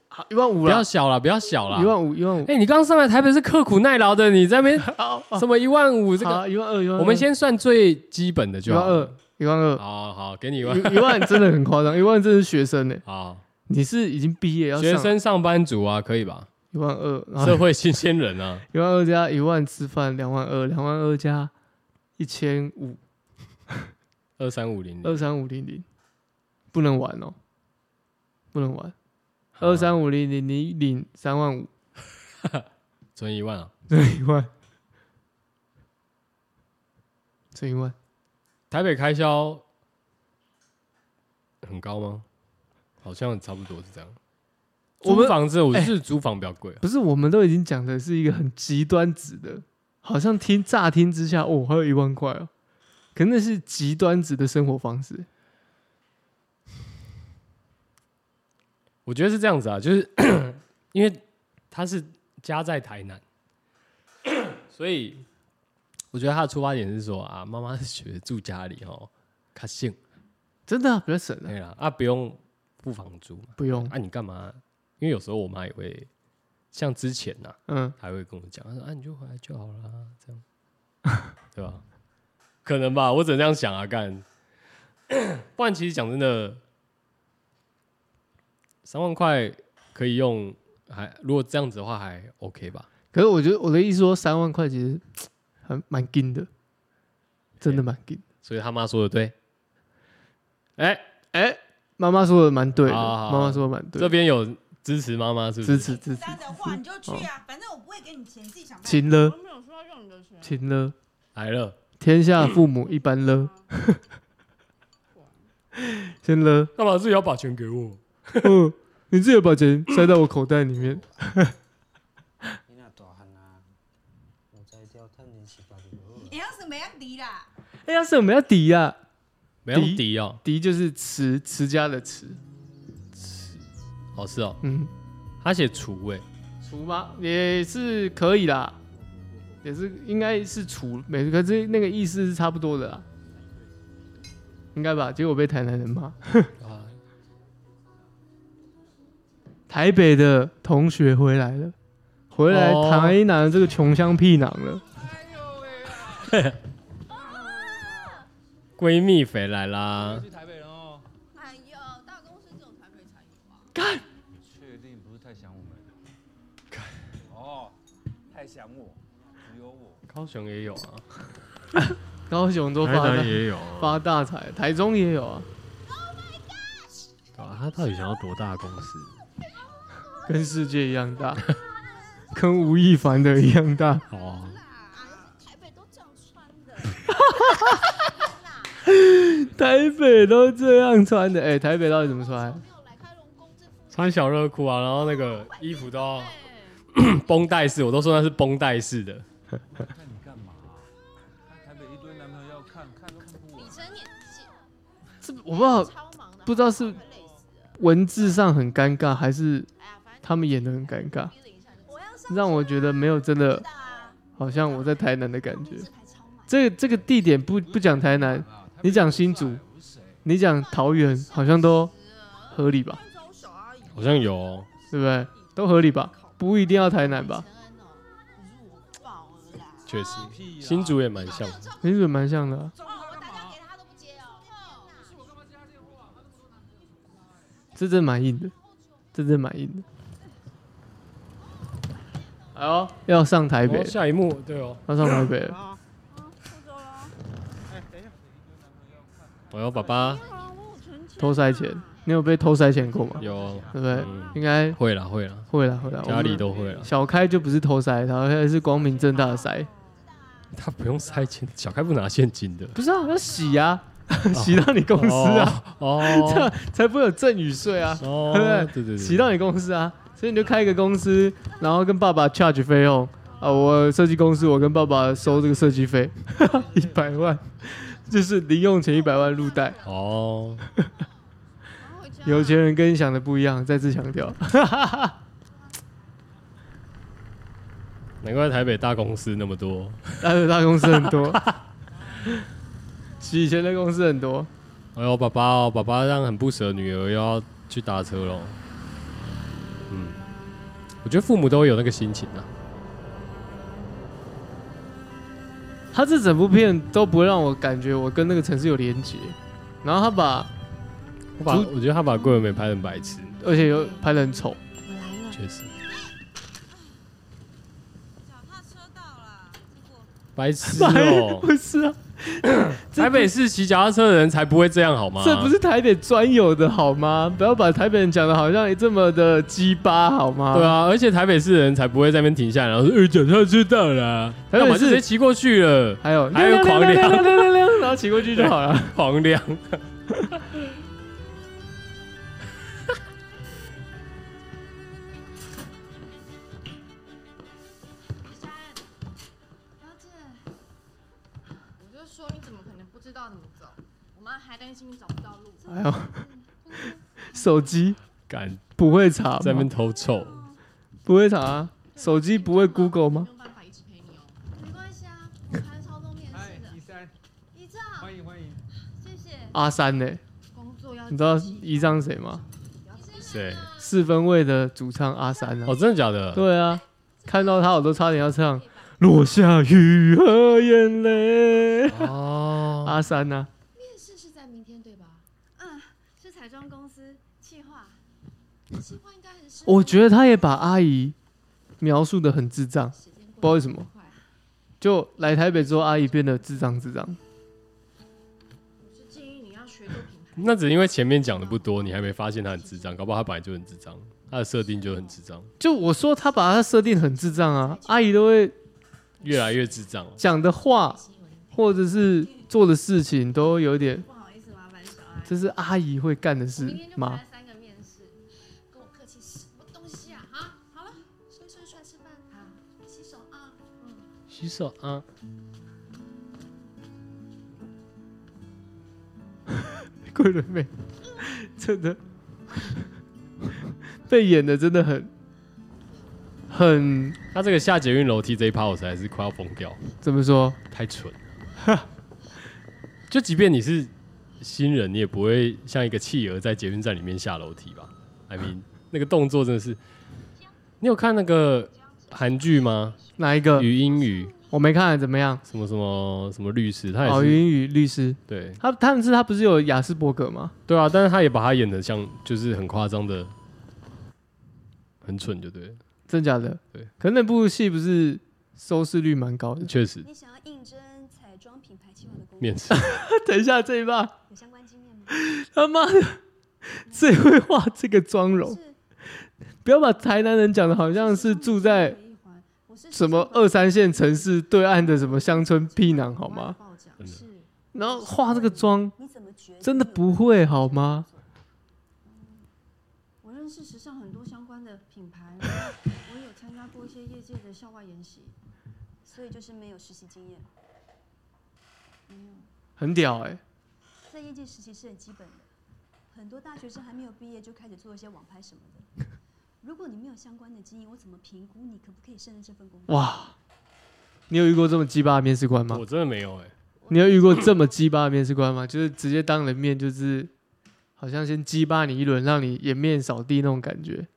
啊一万五
不要
了，
小啦，不要小啦，
一万五，一万五，
哎、你刚上来台北是刻苦耐劳的，你在那边
好，
什么一万五这
这
个，
个一万二，一万二，
我们先算最基本的
啊一
就
万
好了。
二，一万二，
好好，给你一万。
一一万真的很夸张，一万真的是学生呢、欸
好，
你是已经毕业要
学
上哎
生上班族啊，可以吧？
一万二，然
社
后
会新鲜人啊，
一万二加一万吃饭两万二，两万二加一千五，
二三五零零，
二三五零零，不能玩哦，不能玩，二三五零零你领三万五，
存一万啊。
这一万，这一万
台北开销很高吗？好像差不多是这样。
我们哎
租房子，我是租房比较贵、啊。
不是我们都已经讲的是一个很极端值的，好像听乍听之下哦还有一万块哦，可那是极端值的生活方式。
我觉得是这样子啊，就是 因为他是家在台南， 所以我觉得他的出发点是说啊，妈妈是觉得住家里哦，开心
真的、啊、比较省啊，
对啦，啊不用付房租嘛，
不用，
啊你干嘛？因为有时候我妈也会，像之前呐、
嗯，
还会跟我讲，她说啊你就回来就好啦，这样， 对吧？可能吧，我只能这样想啊，干， 不然其实讲真的，三万块可以用，还如果这样子的话还 OK 吧？
可是我觉得我的意思说，三万块其实很蛮劲的，真的蛮劲。
所以他妈说的对，哎、
哎、妈妈说的蛮对的，
好好好
妈妈说的蛮对
这
的，
边有支持妈妈是不是？
支持支
这
持，
样的话你就去
哦
啊，反正我不会给你钱，自己想办法。
勤了
我没有说要用你的钱。
勤了，
来了，
天下父母一般了， 先了，
干嘛自己要把钱给我？
嗯，你自己把钱塞到我口袋里面，
你那大汉啊，我在钓探人是八
你要什么样的啦？
哎呀，什么要抵呀、
没有
敌
敌哦，
敌就是持持家的持，
哦是哦，
嗯，
他写厨哎，
除吗？也是可以啦，也是应该是除，每个这那个意思是差不多的啦，应该吧？结果被台南人骂，
啊，
台北的同学回来了，回来
哦
台南这个穷乡僻壤了，
哎呦喂啊！
闺蜜回来啦，
去台北了哦。
哎
啊
呦，大公司这种台北才有吧？
确定不是太想我们？哦，太想我，只有我。
高雄也有啊，
高雄都
台
发
南
大
也有啊，
发大财，台中也有啊，
对啊，他到底想要多大的公司？
跟世界一样大， 跟吴亦凡的一样大。
好啊，
台北都这样穿的，
台北都这样穿的，哎、台北到底怎么穿？
没有来开龙宫这附近。
穿小热裤啊，然后那个衣服都要 绷带式，我都说那是绷带式的。
那你干嘛、看台北一堆男朋友要看，看都看不完
你。成年纪
这我不知道
超忙的，
不知道是
快累死了。
文字上很尴尬，还是
哎呀，反正
他们演的很尴尬，
我要上
让我觉得没有真的
知道啊，
好像我在台南的感觉。
这还超满。
这个这个地点不不讲台南，
啊
你讲新竹，你讲桃园，好像都合理吧？
招手而已，
好像有、哦，
对不
嗯
对？都合理吧？不一定要台南吧？
陈恩哦，弱爆了啦！
确实，
屁啦
新竹也蛮像的。
其实蛮像的啊、
找
哦，
他
我
干
打电话
嘛
给？他他都不接哦。
不是我干嘛接他电话、啊？他这么多男朋友怎么知道哎
这真蛮硬的，这真蛮硬的。哎呦，要上台北
哦，下一幕，对哦，
要上台北了，
啊，
不走了，
哎，等一下，
我要哦爸爸
啊我有存钱啊
偷塞钱，你有被偷塞钱过吗？
有哦，
对不对？
嗯，
应该
会啦会啦，
会啦，会啦。
家
我
里
们
都会啦。
小开就不是偷塞，他还是光明正大的塞。
啊他不用塞钱，小开不拿现金的。
不是啊，要洗呀、啊， 洗到你公司啊，
哦， 哦，
这样 才不会有赠与税啊，
哦，
对不对
对对对，
洗到你公司啊。所以你就开一个公司，然后跟爸爸 charge 费用啊，我设计公司，我跟爸爸收这个设计费， 一百万，就是零用钱一百万入袋。
哦，
然后回家啊
有钱人跟你想的不一样，再次强调。
难怪台北大公司那么多。
台北大公司很多， 洗钱的公司很多。
哎呦，爸爸哦，爸爸让很不舍女儿又要去搭车喽。嗯，我觉得父母都会有那个心情啊。
他这整部片都不会让我感觉我跟那个城市有连结，然后他把
我把我觉得他把桂纶镁拍成白痴，
而且又拍的很丑，
我来了。
确实
脚踏车到了，结果
白痴哦。
不是啊，
台北市骑脚踏车的人才不会这样好吗？
这不是台北专有的好吗？不要把台北人讲的好像这么的鸡巴好吗？
对，啊，而且台北市的人才不会在那边停下来，然后说：“呃，脚踏车到了啊。”
台北
要么就
市
直接骑过去了，
还有
还有狂
亮
聊
亮亮亮亮亮，然后骑过去就好了。
黄粱。
小姐，我就说你怎么可能不知道怎么走？我妈还担心你找不到路。
还有手机
敢
不会查
在那边
吗？
偷臭，
不会查啊，手机不会 Google 吗
没？有办法一直陪你哦。
没关系啊，我盘超多面
哎
试，的
一，三，
一丈，
欢迎欢迎，
谢谢。
阿三呢、
工作要
你知道一张谁吗？
谁？
四分卫的主唱阿三啊。
哦，真的假的？
对啊，看到他我都差点要唱《 落下雨和眼泪》。
哦，
阿三啊呢、
面试是在明天对吧？
嗯，是彩妆公司企划。
计划应该很适合。
我觉得他也把阿姨描述的很智障，
时间
不知道
过
为
得
什么，
快，
就来台北之后，阿姨变得智障智障。
我是建议你要学做品牌。
那只因为前面讲的不多，你还没发现他很智障，搞不好他本来就很智障，他的设定就很智障，
就我说他把他设定很智障啊，阿姨都会
越来越智障。
讲的话或者是做的事情都有点，
不好意思，麻烦小安。
这是阿姨会干的
明
事
天就
吗
排？三个面试，
跟我客气什么东西啊？啊，好了，收一收出来吃饭，好，洗手啊。
洗手啊！
桂纶镁真的被演的真的很很
他这个下捷运楼梯这一趴，我实在是快要疯掉，
怎么说？
太蠢了。 就即便你是新人，你也不会像一个企鹅在捷运站里面下楼梯吧？I mean，那个动作真的是……你有看那个韩剧吗？
哪一个？
语音语
我没看怎么样？
什么什么什么律师，他也
哦，
是
云雨律师，
对
他他们是他不是有雅斯伯格吗？
对啊，但是他也把他演的像就是很夸张的，很蠢，就对了。
真假的？
对。
可那部戏不是收视率蛮高的？
确实
你想要应征彩妆品牌企划的工
面
作，
试。
等一下这一把，
有相关经验吗？
他妈的，最会画这个妆容，
是
不要把台南人讲的好像是住在什么二三线城市对岸的什么乡村屁囊好吗？？
是
然后化这个妆
你怎么觉得？
真的不会好吗？
我认识时尚很多相关的品 牌，然后我也有参加过一些业界的校外研习。
所以就是没有实习经验，
很屌哎、
在业界实习是很基本的，很多大学生还没有毕业就开始做一些网拍什么的。如果你没有相关的经验，我怎么评估你可不可以胜任这份工作？
哇！你有遇过这么鸡巴的面试官吗？
我真的没有哎、
你有遇过这么鸡巴的面试官吗？就是直接当人面，就是好像先鸡巴你一轮，让你颜面扫地那种感觉。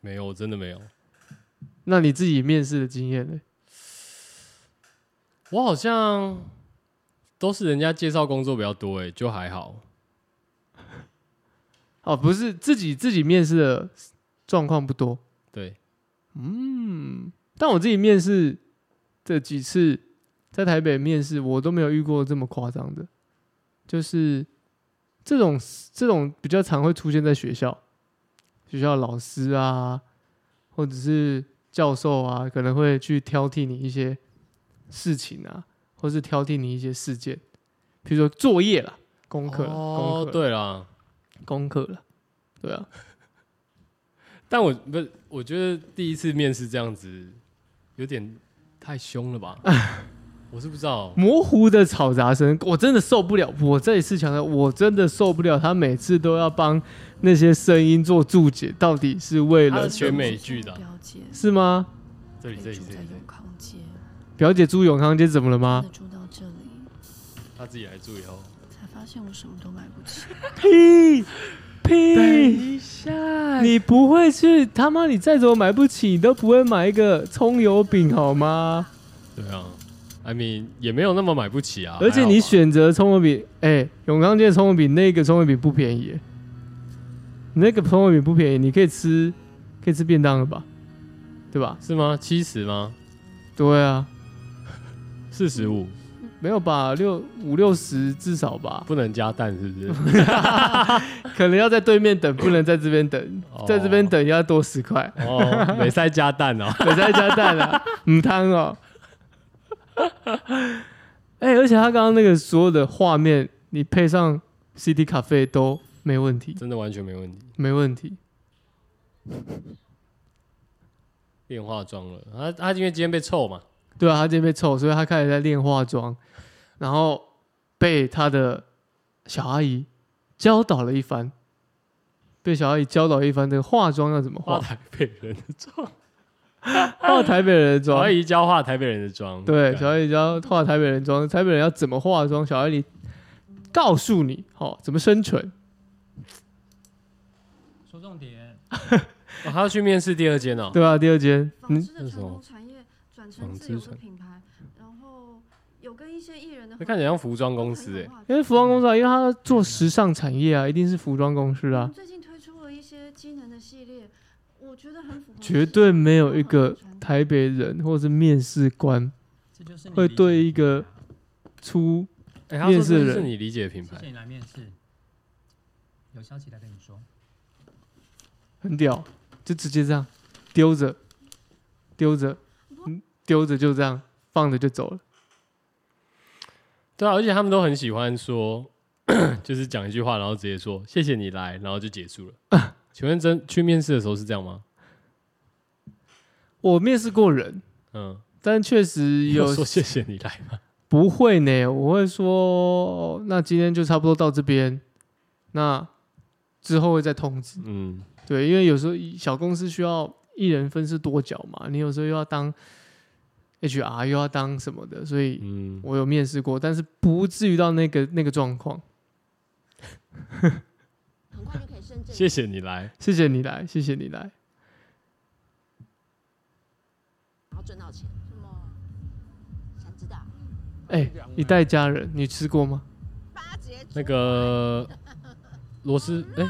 没有，我真的没有。
那你自己面试的经验呢？
我好像都是人家介绍工作比较多哎、就还好。
哦，不是自己自己面试的状况不多，
对，
但我自己面试这几次在台北面试，我都没有遇过这么夸张的，就是这种这种比较常会出现在学校，学校老师啊，或者是教授啊，可能会去挑剔你一些事情啊，或是挑剔你一些事件，比如说作业啦、功课啦、
哦，
功课啦、
对啦，
功课啦，对啊，
但我不是，我觉得第一次面试这样子有点太凶了 吧？我是不知道，
模糊的吵杂声，我真的受不了。我这一次强调，我真的受不了，他每次都要帮那些声音做注解，到底是为
他
了
是
什
选
么？
美剧的啊、
表姐，
是吗？
这里这里
住
这里，这
在
里
永康街，
表姐朱永康今天怎么了
真
吗
的？住到这里，
他自己来哦住以后，
才发现我什么都买不起。
屁屁！
一下
你不会去他妈？你再怎么买不起，你都不会买一个葱油饼好吗？
对啊，I mean 也没有那么买不起啊，
而且
还好吧
你选择葱油饼，哎、永康街的葱油饼那个葱油饼不便宜耶，那个葱油饼不便宜，你可以吃，可以吃便当了吧？对吧？
是吗？七十吗？
对啊，
四十五
没有吧？六五六十至少吧，
不能加蛋是不是？
可能要在对面等，不能在这边等，
哦
在这边等要多十块，
哦，美塞加蛋哦，
我在加蛋啊，唔汤哦。哎、而且他刚刚那个所有的画面，你配上 CD 咖啡都没问题，
真的完全没问题，
没问题。
变化妆了。他他因为今天被臭嘛，
对啊，他今天被臭，所以他开始在练化妆，然后被他的小阿姨教导了一番，被小阿姨教导一番这个化妆要怎么
画
化，
台北人的妆，
化台北人的妆
小。姨教画台北人的妆，
对，
干
小阿姨教化台北人妆，台北人要怎么化妆，小阿姨告诉你，好、怎么生存。
说重点，
哦他要去面试第二间哦，
对啊，第二间，
纺
嗯，
织的传统产业转成
纺
自由
织
的
产
品牌，然后有跟一些艺人的
哎那看起来像服装公司哎，
因为服装公司啊，因为他做时尚产业啊，一定是服装公司
是
啊，
最近推出了一些机能的系列，我觉得很符合市场。
绝对没有一
很好
个
的传统
台北人或是面试官
这就是你
会
理解
对一个出
哎，他说
面试
这
人
是你理解的品
谢
牌
谢，你来面试，有消息来跟你说。
很屌，就直接这样丢着，丢着，嗯丢着就这样放着就走了。
对啊，而且他们都很喜欢说， 就是讲一句话，然后直接说谢谢你来，然后就结束了。 请问真去面试的时候是这样吗？
我面试过人，
嗯，
但确实
你
有
说谢谢你来 吗？
不会呢，我会说，那今天就差不多到这边，那之后会再通知。
嗯，
对，因为有时候一小公司需要一人分饰多角嘛，你有时候又要当 HR，又要当什么的，所以
嗯，
我有面试过，但是不至于到那个那个状况。
很快就可以胜阵。
谢谢你来，
谢谢你来，谢谢你来。
然后赚到钱。什么？
啊
想知道？
哎、一代佳人，你吃过吗？
那个螺丝，哎，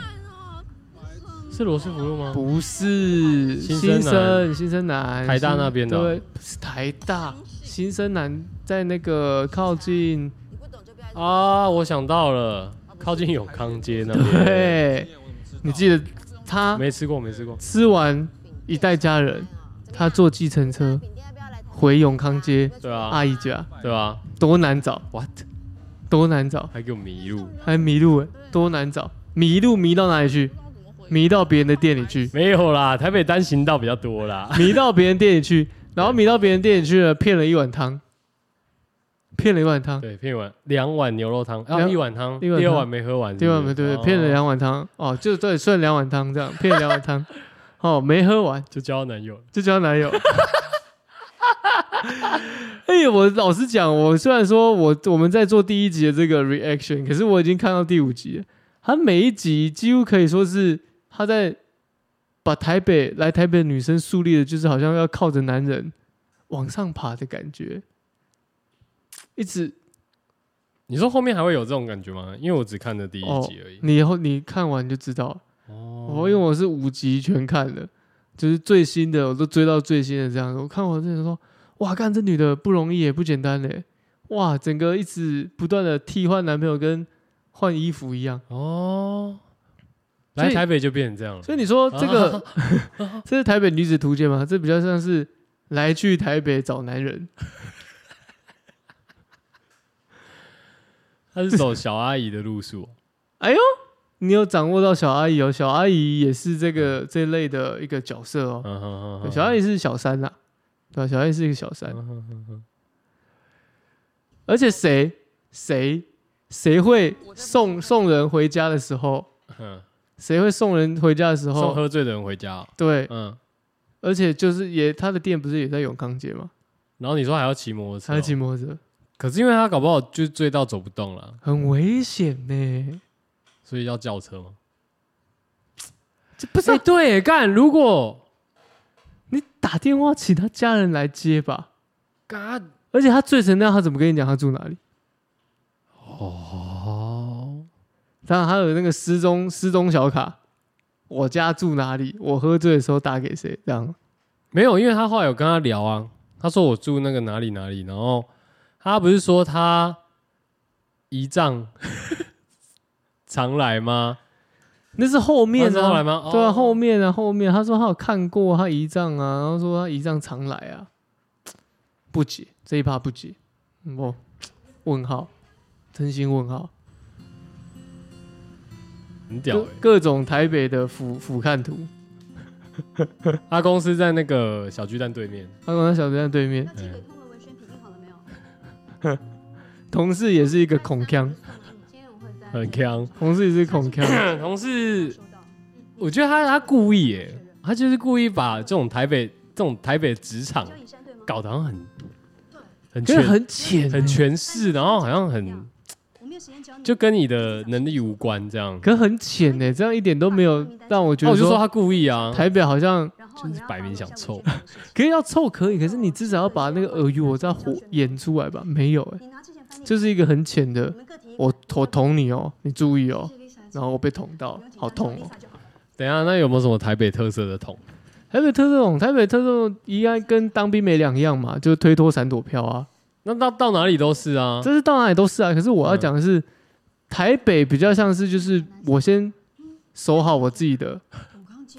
是罗斯福路吗？
不是
新生
新
男
生新生南
台大那边的哦
对，不是台大新生南在那个靠近
你不懂就
哦
不要
啊，我想到了，靠近永康街那边。
对，你记得他
没吃过，没吃过。
吃完一代家人，
哎啊
他坐计程车回永康街
对啊，
阿姨家，
对啊
多难找，
，What？
多难找，
还给我迷路？
啊
还迷路哎，多难找，迷路迷到哪里去？迷到别人的店里去，
没有啦，台北单行道比较多啦。
迷到别人店里去，然后迷到别人店里去了，骗了一碗汤，骗了一碗汤，
对，骗一碗两碗牛肉汤，啊，
啊两
一碗汤，
一碗汤
第二碗没喝完是不
对
是，
吧？对对，骗了
哦，
两碗汤，哦，就对，剩两碗汤这样，骗了两碗汤， 哦，没喝完。
就交男友了。
就交男友。 哎、我老实讲，我虽然说我我们在做第一集的这个 reaction，可是我已经看到第五集了。他每一集几乎可以说是他在把台北来台北的女生树立的，就是好像要靠着男人往上爬的感觉，一直
你说后面还会有这种感觉吗？因为我只看了第一
哦
集而已。
你以后你看完就知道了。我、
哦
因为我是五集全看的，就是最新的我都追到最新的这样。我看完之前说，哇，干这女的不容易也不简单嘞，哇，整个一直不断的替换男朋友跟换衣服一样。
哦，
所以
来台北就变成这样了。
所以你说这个、 这是台北女子图鉴吗？这比较像是来去台北找男人，
他是走小阿姨的路
哦
数，
你有掌握到小阿姨哦，小阿姨也是这个这类的一个角色哦。
嗯哼哼
对
哼
小阿姨是小三啦，对吧、小阿姨是一个小三。
嗯哼哼哼
而且谁谁谁会送送人回家的时候，
嗯
谁会送人回家的时
送
候，
喝醉的人回家哦，
对，
嗯，
而且就是也他的店不是也在永康街嘛，
然后你说还要骑摩托车
他
哦，
骑摩托车
可是因为他搞不好就醉到走不动了，
很危险呢，
所以要叫车吗？
这不是
哎，
啊
对，干，如果
你打电话请他家人来接吧，
干
而且他醉成那样，他怎么跟你讲他住哪里？
哦，
当然，他有那个失踪失踪小卡，我家住哪里？我喝醉的时候打给谁？这样
没有，因为他后来有跟他聊啊，他说我住那个哪里哪里，然后他不是说他姨丈 常来吗？
那是后面
他是
啊，
后来吗？哦
对啊，后面啊，后面他说他有看过他姨丈啊，然后说他姨丈常来啊，不解这一趴不解，嗯哦，问号，真心问号，
很屌
各
欸。
各种台北的俯俯瞰图，
他公司在那个小巨蛋对面，哎
他跟他小站对面
要寄给通文文宣评定好了没有？
同事也是一个孔腔，
很强。
同事也是孔腔，
同事，
收到。
我觉得他他故意耶，他就是故意把这种台北这种台北职场
交椅山对吗？
搞得好像很很
可是
全
很浅，欸
很，权势，然后好像很
我没有时间教你。
就跟你的能力无关这样。
可是很浅呢，这样一点都没有让我觉
那我
得
就说
说
他故意啊，哦
台北好像，
然后
真
你
是
要
摆明想
follow 一下
臭
我这边的事情
可以要凑可以，可是你至少要把那个尔虞我诈火演出来吧，没有哎，
你拿之前翻译，
就是一个很浅的
你。们各提一个
我我捅你哦，你注意哦。然
然
后
后
我被捅到
不用，紧
好
张
痛
找
哦！
Lisa 就好了
等一下，那有没有什么台北特色的桶？
台北特种，台北特种应该跟当兵没两样嘛，就是推脱闪躲飘啊，
那到到哪里都是
嗯
啊，
这是到哪里都是啊。可是我要讲的是，台北比较像是就是我先守好我自己的，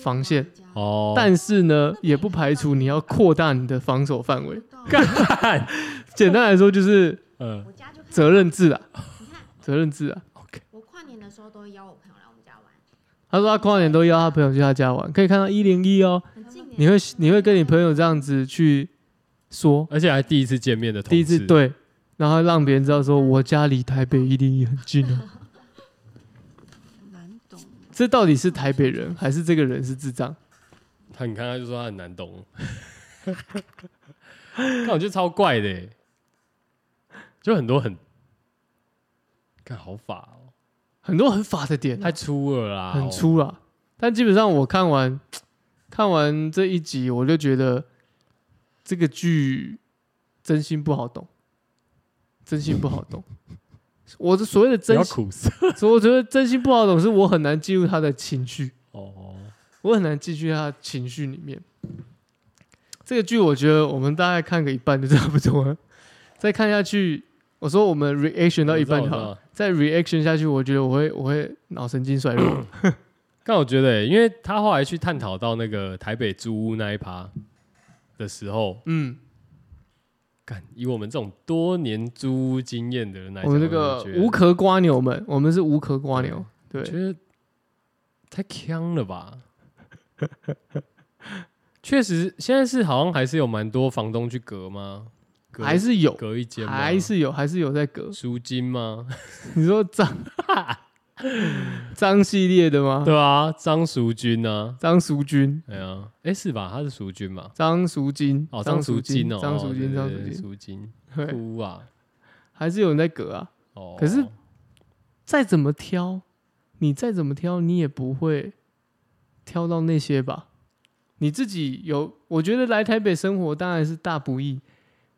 防线
哦，
但是呢，也不排除你要扩大你的防守范围。
干，
简单来说就是
嗯，
我家就
责任制啊，
你看，
责任制啊。
我跨年的时候都会邀我朋友来我们家玩，
他说他跨年都邀他朋友去他家玩，可以看到一零一哦。
很近
你会你会跟你朋友这样子去说，
而且还第一次见面的同事，
第一次，对，然后让别人知道说我家离台北一零一很近哦。
难懂。
这到底是台北人还是这个人是智障？
他你看他就说他很难懂， 看我觉得超怪的欸，就很多很，看好法哦，
很多很法的点，
太粗了啦，哦
很，粗啦。但基本上我看完看完这一集，我就觉得这个剧真心不好懂，真心不好懂。我的所谓的
不
真
要
心，
苦涩
所以我觉得真心不好懂，是我很难进入他的情绪。
哦，
我很难进去他的情绪里面。这个剧我觉得我们大概看个一半就差不多了， 再看下去，我说我们 reaction 到一半
我知
就好
道我知
了
道，
再 reaction 下去，我觉得我会我会脑神经衰 弱。
但我觉得、欸，因为他后来去探讨到那个台北租屋那一趴的时候，
嗯，
干以我们这种多年租屋经验的人来
我
讲，
们这个
觉得
无壳瓜牛们，我们是无壳瓜牛，对
我，觉得太呛了吧？确实，现在是好像还是有蛮多房东去隔吗？隔
还是有，
隔一间吗？
还是有，还是有在隔。
赎金吗？
你说 张张系列的吗？
对啊，张赎金啊，
张淑君、
哎呀，哎是吧？他是赎金吧？
张淑金、
哦，张赎金哦，
张
哦
淑
对
金、
对
张淑
对
金，
赎金
对，
哭啊！
还是有人在隔啊。
哦，
可是再怎么挑，你再怎么挑，你也不会挑到那些吧？你自己有，我觉得来台北生活当然是大不易，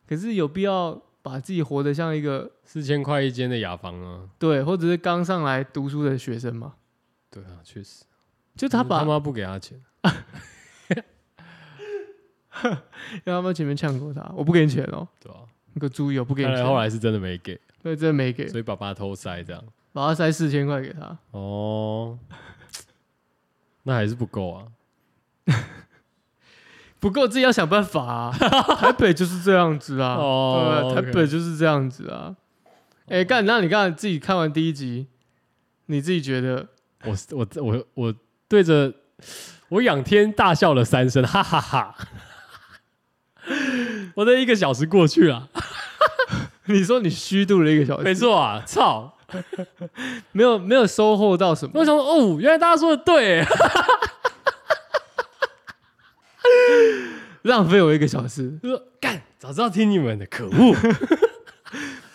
可是有必要把自己活得像一个
四千块一间的雅房啊，
对，或者是刚上来读书的学生嘛？
对啊，确实，
就
他
他把
他妈不给他钱，
让他们前面呛过他，我不给你钱哦，
对吧？
你给我注意哦，不给你
看来
钱。
后来是真的没给，
对，真的没给，
所以爸爸偷塞这样。
把他塞四千块给他。
哦， 那还是不够啊。
不够自己要想办法 啊。台北就是这样子啊，
哦
对不对
OK 哦
台北就是这样子啊。哎、干，那你刚才自己看完第一集，你自己觉得
我我我我对着我仰天大笑了三声，哈哈哈 我的一个小时过去 了，
你说你虚度了一个小时，
没错啊，操！
没有没有收获到什么
我？想说哦，原来大家说的对，
浪费我一个小时，
我说干，早知道听你们的，可恶！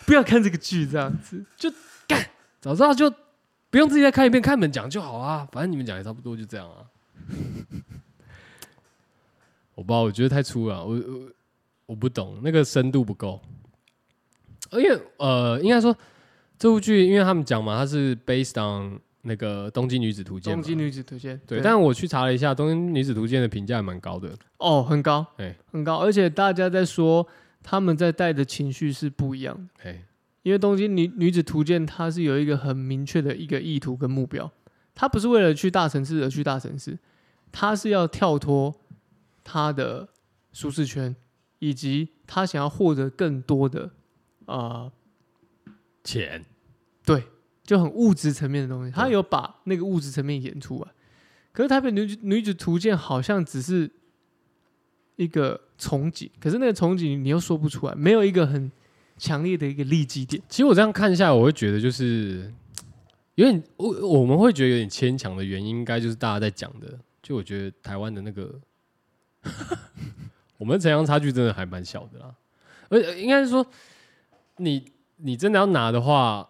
不要看这个剧这样子。
早知道就不用自己再看一遍，看你们讲就好啊，反正你们讲也差不多，就这样啊。 我不知道，我觉得太粗了，啊我我我不懂，那个深度不够。而且呃，应该说这部剧，因为他们讲嘛，它是 based on 那个《东京女子图鉴》
东
嘛，
京女子推荐，
对。但我去查了一下，《东京女子图鉴》的评价也蛮高的，
哦，很高，
哎
很高，而且大家在说他们在带的情绪是不一样的。
哎，
因为东京女女子图鉴它是有一个很明确的一个意图跟目标，它不是为了去大城市而去大城市，它是要跳脱它的舒适圈，以及他想要获得更多的呃，
钱
对，就很物质层面的东西，他有把那个物质层面演出来。可是台北女子女子图鉴好像只是一个憧憬，可是那个憧憬你又说不出来，没有一个很强烈的一个利基点。
其实我这样看下来，我会觉得就是有点，我我们会觉得有点牵强的原因，应该就是大家在讲的，就我觉得台湾的那个， 我们城乡差距真的还蛮小的啦。而呃应该是说，你你真的要拿的话，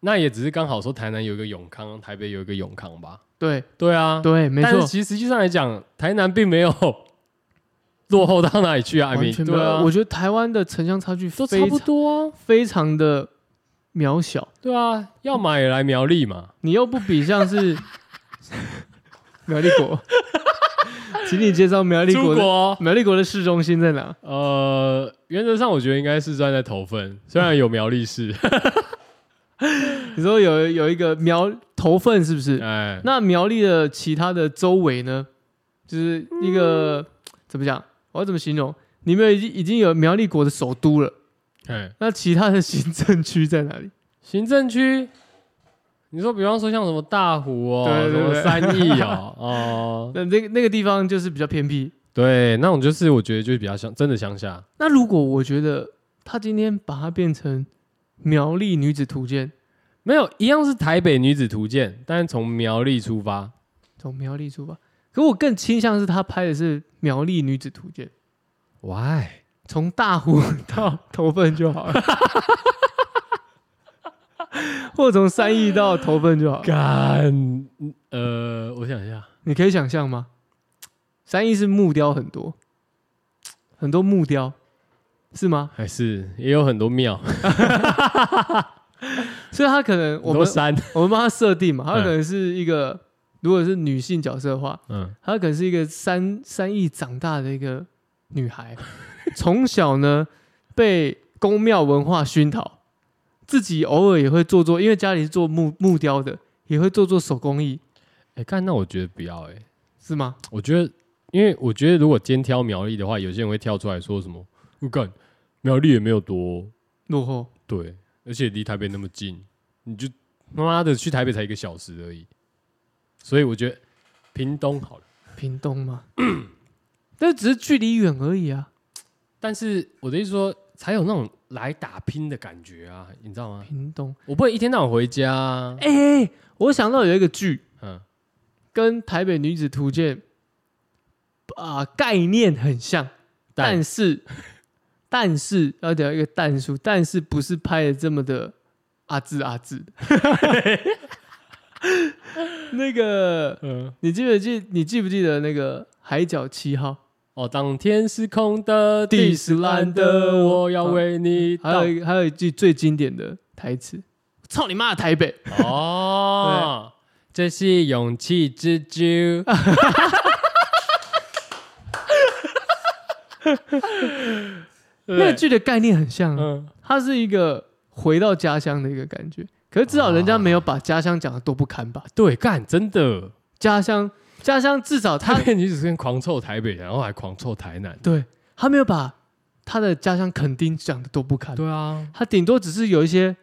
那也只是刚好说台南有一个永康，台北有一个永康吧？
对
对啊，
对，没
但
错
是。其实实际上来讲，台南并没有 落后到哪里去啊。I
完
mean，
全没
对
有。
啊，
我觉得台湾的城乡差距
都
非
差不
常
多啊。
非常的渺小，
对啊，要买也来苗栗嘛。
你又不比 像是苗栗国，请你介绍苗栗
出
国的
国
苗栗国的市中心在哪？
呃，原则上我觉得应该是站在头份，虽然有苗栗 市，
你说有有一个苗头份是不是？
哎，
那苗栗的其他的周围呢，就是一个、怎么讲？我要怎么形容？你们已经已经有苗栗国的首都了，
哎，
那其他的行政区在哪里？
行政区，你说比方说像什么大湖哦，
对对对
什么三义哦， 哦、
那那个那个地方就是比较偏僻，
对，那种就是我觉得就是比较乡，真的乡下，
那如果我觉得他今天把它变成苗栗女子图鉴，
没有一样是台北女子图鉴，但是从苗栗出发，
从苗栗出发，可我更倾向是他拍的是苗栗女子图鉴，
，why？
从大湖到头份就好了， 或者从三义到头份就好了。
干，呃，我想一下，
你可以想象吗？三义是木雕很多，很多木雕，是吗？
还是也有很多庙，
所以他可能我
很多
们
山，
我们帮他设定嘛，他
嗯
可能是一个如果是女性角色的话，
嗯，
她可能是一个三三亿长大的一个女孩， 从小呢被宫庙文化熏陶，自己偶尔也会做做，因为家里是做木木雕的，也会做做手工艺，
哎、干那我觉得不要哎、
是吗？
我觉得，因为我觉得如果今天挑苗栗的话，有些人会跳出来说什么，我干苗栗也没有多
落后，
对，而且离台北那么近，你就他妈的去台北才一个小时而已，所以我觉得屏东好了。
屏东吗？ 但只是距离远而已啊。
但是我的意思说，才有那种来打拼的感觉啊，你知道吗？
屏东，
我不会一天到晚回家、啊，
哎、我想到有一个剧
嗯，
跟《台北女子图鉴》啊、概念很像，
但
但 是但是要聊一个但数，但是不是拍的这么的阿字阿 字的。那个，
嗯，
你记不记？你记不记得那个《海角七号》？
哦，当天是空的，
地
地是
是蓝
蓝
的
的，我要为你
还
到
有。一还有一句最经典的台词：“操你妈的台北
哦，这是勇气之珠。！”
那个剧的概念很像、啊，
嗯，
它是一个回到家乡的一个感觉。可是至少人
啊
家没有把家乡讲的多不堪吧？
对，干真的，
家乡，家乡至少他
台北女子跟狂臭台北，然后还狂臭台南。
对他没有把他的家乡垦丁讲的多不堪，
对啊，
他顶多只是有一些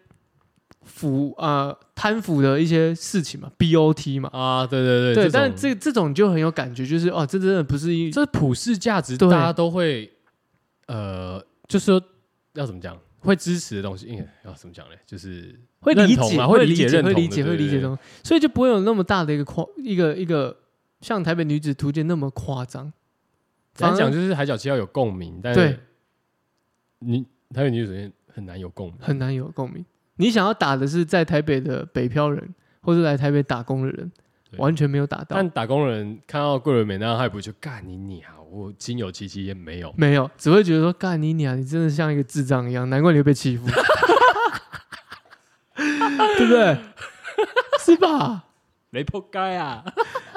腐啊贪腐的一些事情嘛，BOT 嘛，
啊，对对
对，
对，
但
种
这这种就很有感觉，就是哦，这真的不是一
这普世价值，
对
大家都会，呃，就是说要怎么讲，会支持的东西，应该要怎么讲呢？就是
会理
认同
解，
啊
会
会理解认
会
同
理
的
解，
对
会理解
对
东西，所以就不会有那么大的一个夸一个一个像台北女子图鉴那么夸张，反
反
而
讲就是海角七号有共鸣，但
对
是你台北女主角很难有共鸣。
很难有共鸣。你想要打的是在台北的北漂人，或者来台北打工的人，
对
完全没有打到。
但打工人看到桂纶镁那样，他也不会就干你你啊，我心有戚戚焉没有。
没有，只会觉得说干你娘，你真的像一个智障一样，难怪你会被欺负， 对不对？是吧？
雷破该啊，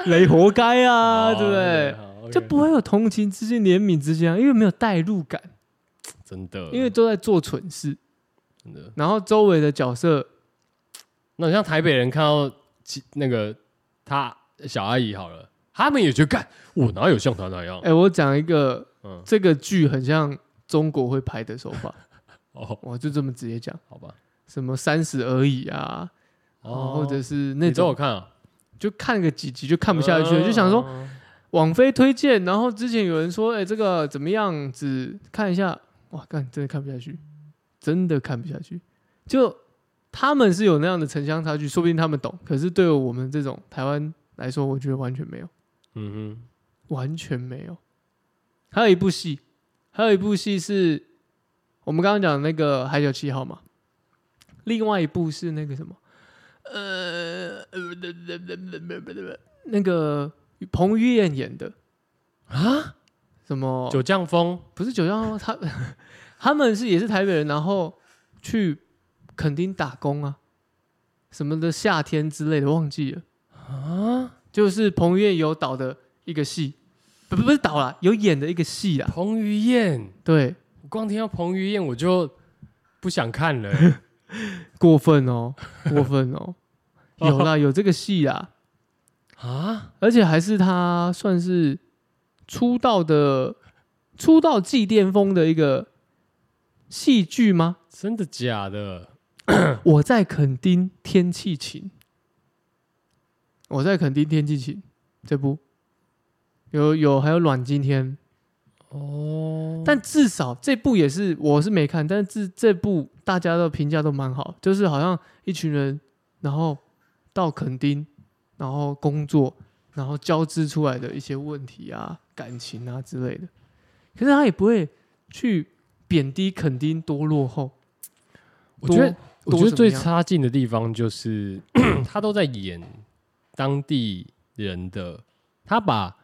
雷活该啊，对不对？
哦对
就不会有同情之间、怜悯之间啊，因为没有代入感，
真的，
因为都在做蠢事，
嗯真的，
然后周围的角色
那像台北人看到其那个他小阿姨好了，他们也觉得干我哪有像他那样
哎、？我讲一个，
哦嗯，
这个剧很像中国会拍的手法，
哦，
我就这么直接讲，
好吧，
什么三十而已啊，哦，或者是那
你都有
种
看啊，
就看个几集就看不下去了，就想说
嗯，
网飞推荐，然后之前有人说，哎、这个怎么样子？看一下，哇，干，真的看不下去，真的看不下去。就他们是有那样的城乡差距，说不定他们懂，可是对我们这种台湾来说，我觉得完全没有，
嗯哼，
完全没有。还有一部戏，还有一部戏是我们刚刚讲的那个《海角七号》嘛，另外一部是那个什么，呃，那个彭于晏演的啊，什么
九降风
不是九江，他 他们是也是台北人，然后去垦丁打工啊，什么的夏天之类的，忘记了啊，就是彭于晏有导的一个戏，不不不是导啦，有演的一个戏啦，
彭于晏，
对，
我光听到彭于晏我就不想看 了、欸
过分哦，过分哦，有啦，有这个戏啦，
啊！
而且还是他算是出道的出道即巅峰的一个戏剧吗？
真的假的？
我在垦丁天气晴，我在垦丁天气晴这部有有还有阮经天，
哦，
但至少这部也是我是没看，但是这部大家的评价都蛮好，就是好像一群人然后到垦丁，然后工作，然后交织出来的一些问题啊、感情啊之类的，可是他也不会去贬低垦丁多落后，
我觉得
多
我觉得
多怎么
最
样
差劲的地方就是 他都在演当地人的，他把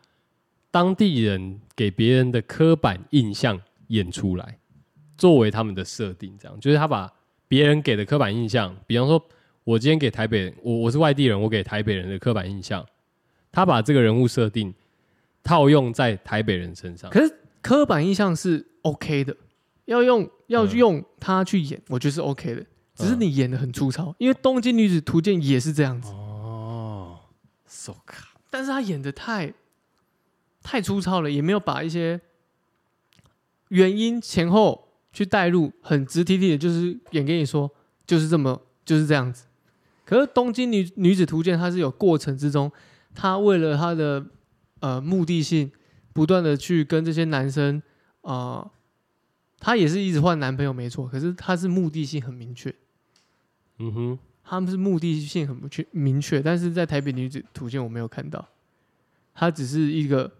当地人给别人的刻板印象演出来，作为他们的设定，这样就是他把别人给的刻板印象，比方说，我今天给台北人，我我是外地人，我给台北人的刻板印象，他把这个人物设定套用在台北人身上。
可是刻板印象是 OK 的，要用要
嗯
用他去演，我觉得是 OK 的。只是
嗯
你演的很粗糙，因为《东京女子图鉴》也是这样子，
哦，so 卡，
但是他演的太太粗糙了，也没有把一些原因前后去带入，很直挺挺的，就是演给你说就是这么就是这样子。可是《东京女女子图鉴》它是有过程之中，她为了她的呃目的性，不断的去跟这些男生啊、呃，她也是一直换男朋友没错，可是她是目的性很明确，
嗯哼，
他们是目的性很明确明确，但是在台北女子图鉴我没有看到，它只是一个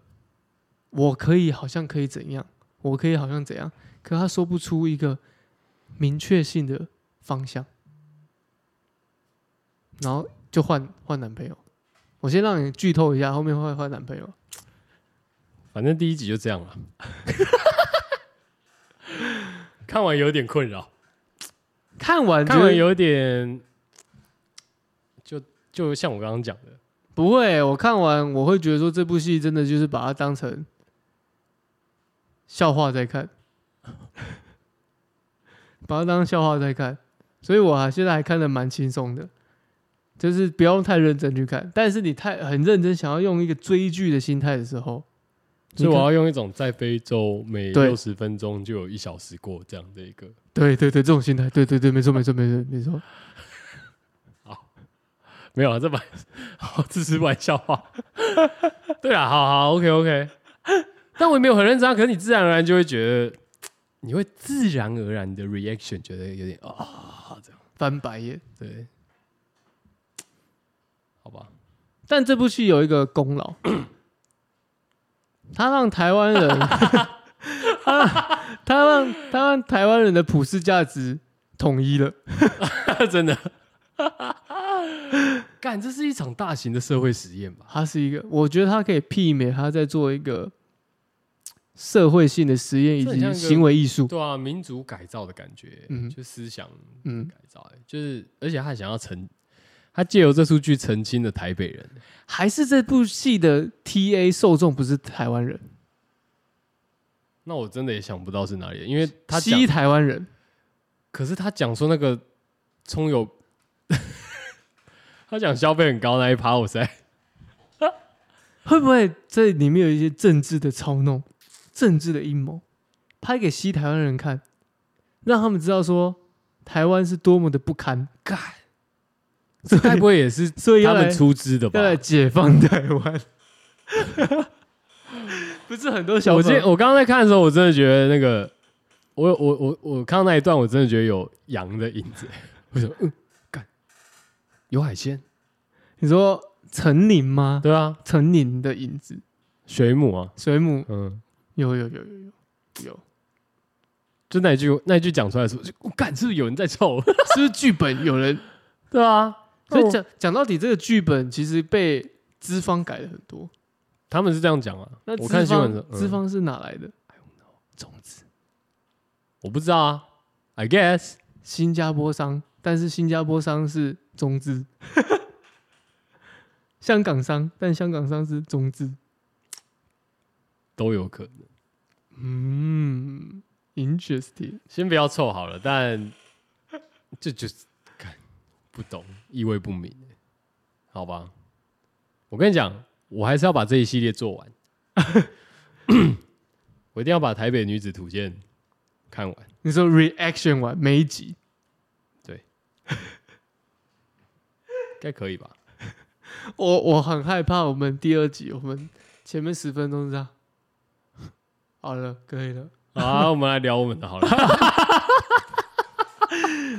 我可以好像可以怎样，我可以好像怎样，可他说不出一个明确性的方向，然后就换换男朋友。我先让你剧透一下，后面会换男朋友。
反正第一集就这样了。 看完有点困扰，
看完
看完
觉得
有点，就就像我刚刚讲的，
不会，我看完我会觉得说这部戏真的就是把它当成笑话在看， 把它当笑话在看，所以我还现在还看得蛮轻松的，就是不要太认真去看。但是你太很认真想要用一个追剧的心态的时候，
所以我
你可
要用一种在非洲每
对
六十分钟就有一小时过这样的一个。
对对对这种心态，对对对，没错没错没错没错。
没有啊，这玩 好自私玩笑话。 对啊，好好，OK OK。但我也没有很认真啊，可是你自然而然就会觉得，你会自然而然的 reaction 觉得有点啊、这样
翻白眼。
对，好吧，
但这部戏有一个 功劳，他让台湾人， 他让他让台湾人的普世价值统一了。
真的，干，这是一场大型的社会实验吧？
它是一个，我觉得它可以媲美他在做一个社会性的实验以
这很像
及
一个
行为艺术。
对啊，民族改造的感觉，
嗯
就思想
嗯，
改造、欸就是而且他想要澄，他借由这出剧澄清了台北人，欸
还是这部戏的 T A 受众不是台湾人，
那我真的也想不到是哪里，因为他讲
西台湾人。
可是他讲说那个葱油， 他讲消费很高那一趴，我实在
会不会这里面有一些政治的操弄、政治的阴谋，拍给西台湾人看，让他们知道说台湾是多么的不堪，
干，这该不会也是
所以
他
要来
们出资的吧
要？来解放台湾。 不是很多小
我今
朋
天
友，
我刚刚在看的时候，我真的觉得那个，我我我我看到那一段，我真的觉得有羊的影子， 我想嗯，干，有海鲜，
你说陈宁吗？
对啊，
陈宁的影子，
水母啊，
水母
嗯，
有有有有有有，
就那一句那一句讲出来的时候，就我干、是不是有人在臭？
是不是剧本有人？
对啊，
所
那
以
我
讲讲到底，这个剧本其实被资方改了很多。
他们是这样讲啊，
那
我
资
看新闻
方
的时候，
资
嗯
方是哪来的？种子。
我不知道啊，I guess。
新加坡商，但是新加坡商是中资；香港商，但香港商是中资。
都有可能。
嗯，interesting。
先不要凑好了，但这就是看不懂，意味不明，好吧？我跟你讲，我还是要把这一系列做完， 我一定要把《台北女子图鉴》看完。
你说 reaction 完每一集，
应该可以吧？
我我很害怕，我们第二集，我们前面十分钟这样。 好了，可以了。
好啊，我们来聊我们的好了。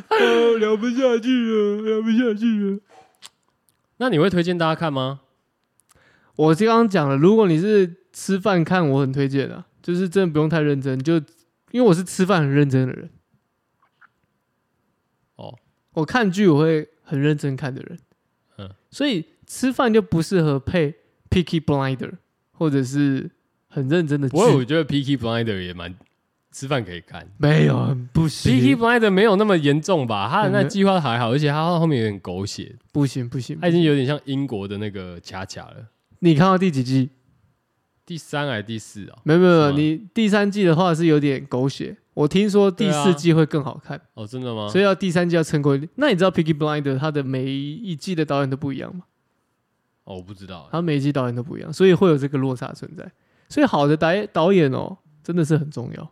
哦，聊不下去了，聊不下去了。
那你会推荐大家看吗？
我刚刚讲了，如果你是吃饭看，我很推荐啊，就是真的不用太认真，就因为我是吃饭很认真的人。
哦，
我看剧我会很认真看的人，
嗯
嗯，所以吃饭就不适合配 Picky Blinder 或者是很认真的剧
不，过我觉得《Peaky Blinder》也蛮吃饭可以看，
没有很不
《Peaky
行，
Blinder》没有那么严重吧？他的那
嗯
计划还好，而且他后面有点狗血，
不行不行，
他已经有点像英国的那个恰恰了。
你看到第几季？
第三还是第四啊？
没有没有，没有
是吗
你第三季的话是有点狗血。我听说第
啊
四季会更好看，
哦，真的吗？
所以要第三季要撑过一点。那你知道《Picky Blinder》它的每一季的导演都不一样吗？
哦，我不知道欸。
它每一季导演都不一样，所以会有这个落差存在。所以好的导演导演哦，真的是很重要，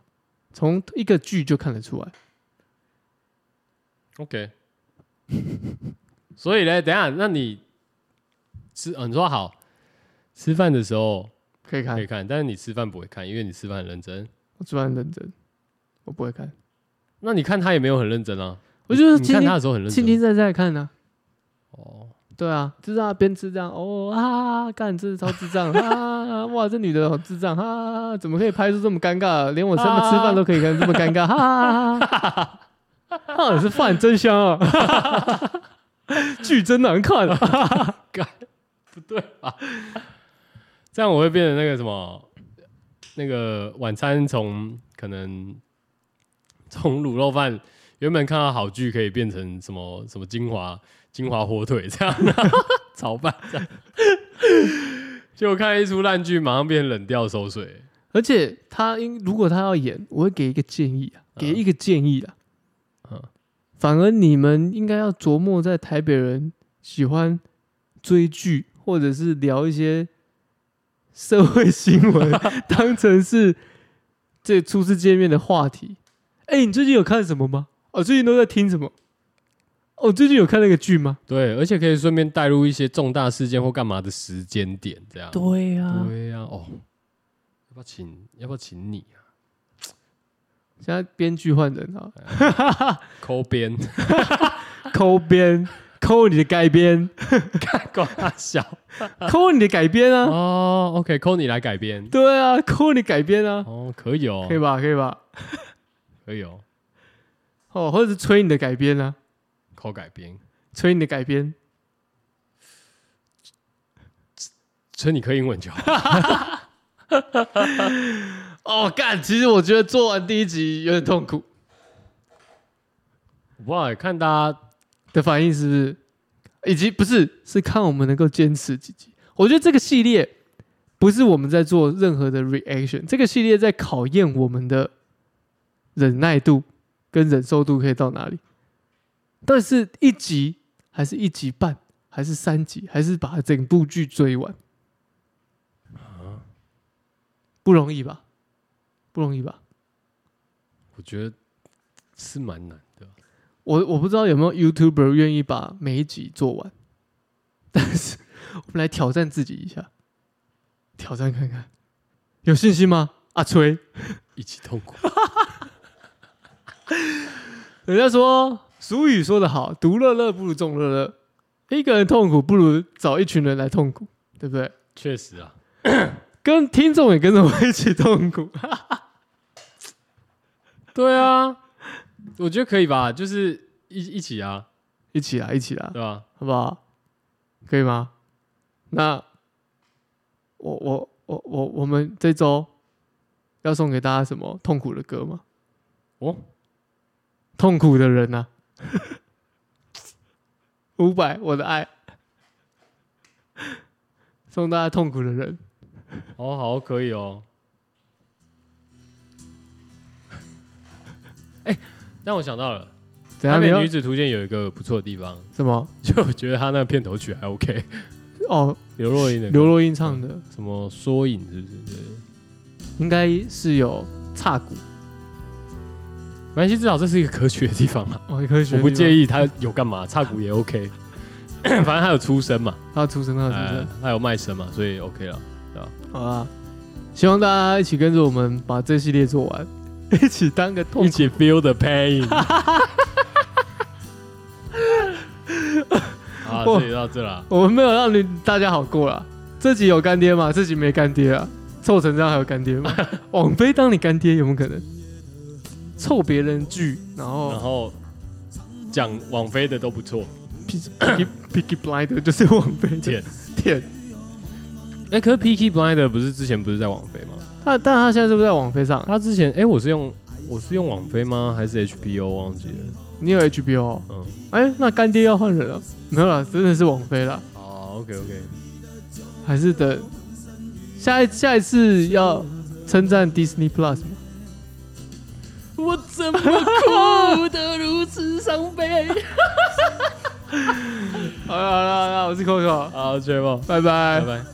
从一个剧就看得出来。
OK，所以呢，等一下，那你吃，嗯、你说好吃饭的时候
可以看
可，以看，但是你吃饭不会看，因为你吃饭很认真。
我吃饭很认真，我不会看，
那你看他也没有很认真啊，
我就是
你
轻
看他
轻
的时候很认
轻
真
轻在在看啊呢、
哦。
对啊，智障边吃这样，哦啊，干，这是超智障啊！哇，这女的好智障啊！怎么可以拍出这么尴尬？连我这么吃饭都可以看这么尴尬，哈哈哈哈 哈！哈，是饭真香啊， 剧真难看啊！
不对吧？这样我会变成那个什么，那个晚餐从可能从卤肉饭原本看到好剧，可以变成什么什么金华金华火腿这样， 炒饭这样。结果看一出烂剧，马上变冷调收水。
而且他应如果他要演，我会给一个建议啊，给一个建议啊。
嗯
反而你们应该要琢磨在台北人喜欢追剧，或者是聊一些社会新闻，当成是这初次见面的话题。哎、你最近有看什么吗？哦，最近都在听什么？哦，最近有看那个剧吗？
对，而且可以顺便带入一些重大事件或干嘛的时间点，这样。
对呀、
对呀、哦，要不要请要不要请你啊？
现在编剧换人啊，
抠 边
抠编，抠你的改编，
瓜小。
抠你的改编啊。
哦，OK，扣你来改编。
对啊，扣你改编 啊，
哦，可以哦，
可以吧？可以吧？
可以哦，
哦，或者是吹你的改编啊，
扣改编。
吹你的改编，
所以你可以英文就好。
哦，干！其实我觉得做完第一集有点痛苦
我不知道欸，看大家
的反应是不是？以及不是是看我们能够坚持几集。我觉得这个系列不是我们在做任何的 reaction，这个系列在考验我们的忍耐度跟忍受度可以到哪里。到底是一集还是一集半，还是三集，还是把整部剧追完？不容易吧？不容易吧？
我觉得是蛮难的。
我我不知道有没有 YouTuber 愿意把每一集做完，但是我们来挑战自己一下，挑战看看，有信心吗？阿吹，
一起痛 苦，
人家说俗语说得好，独乐乐不如众乐乐，一个人痛苦不如找一群人来痛苦，对不对？
确实啊，
跟听众也跟着我一起痛苦，
对啊，我觉得可以吧，就是一一起啊，
一起啦，一起啦
对，吧？
好不好？可以吗？那我我我我我们这周要送给大家什么痛苦的歌吗？
哦，
痛苦的人呐、啊， 五百我的爱，送大家痛苦的人。
哦，好，可以哦。 哎，让我想到了，
怎
《台
样？你
北
要
女子图鉴》有一个不错的地方，
什么？
就我觉得他那个片头曲还 OK，
哦，
刘若英的歌
刘若英唱的，
什么缩影是不是？对。
应该是有叉鼓。
没关系，至少这是一个科学的地方嘛。啊
哦，科学，
我不介
意。
意他有干嘛，插股 也 OK。反正他有出声嘛，
他出生，他出
呃
生。
他有卖身嘛，所以 OK 了。
好啊，希望大家一起跟着我们把这系列做完， 一起当个痛
一
苦。
起 feel the pain。啊，这里就到这了。
我们没有让你大家好过啦。这集有干爹吗？这集没干爹啊，凑成这样还有干爹 吗？网飞当你干爹有没有可能？凑别人剧，然
然
后
后讲网飞的都不错，
Picky Picky Blind 就是网飞的
点。
天。
哎，可是 Peaky Blinder 不是之前不是在网飞吗？
他但他现在是不是在网飞上？
他之前哎，我是用我是用网飞吗？还是 HBO 忘记了？
你有 HBO？哦
嗯，
哎、那干爹要换人了？没有啦，真的是网飞啦。
哦，OK OK，
还是等下一下一次要称赞 Disney Plus 吗？
我怎么
啊
哭得如此伤悲？
好了好了，好了我是 Coco，
好，绝望，
拜
拜。
拜
拜。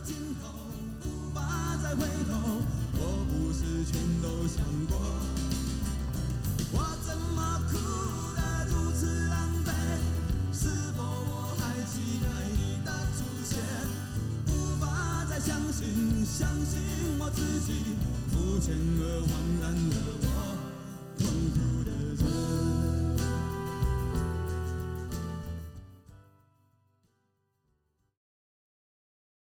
相信，相信我自己，肤浅而惘然的我。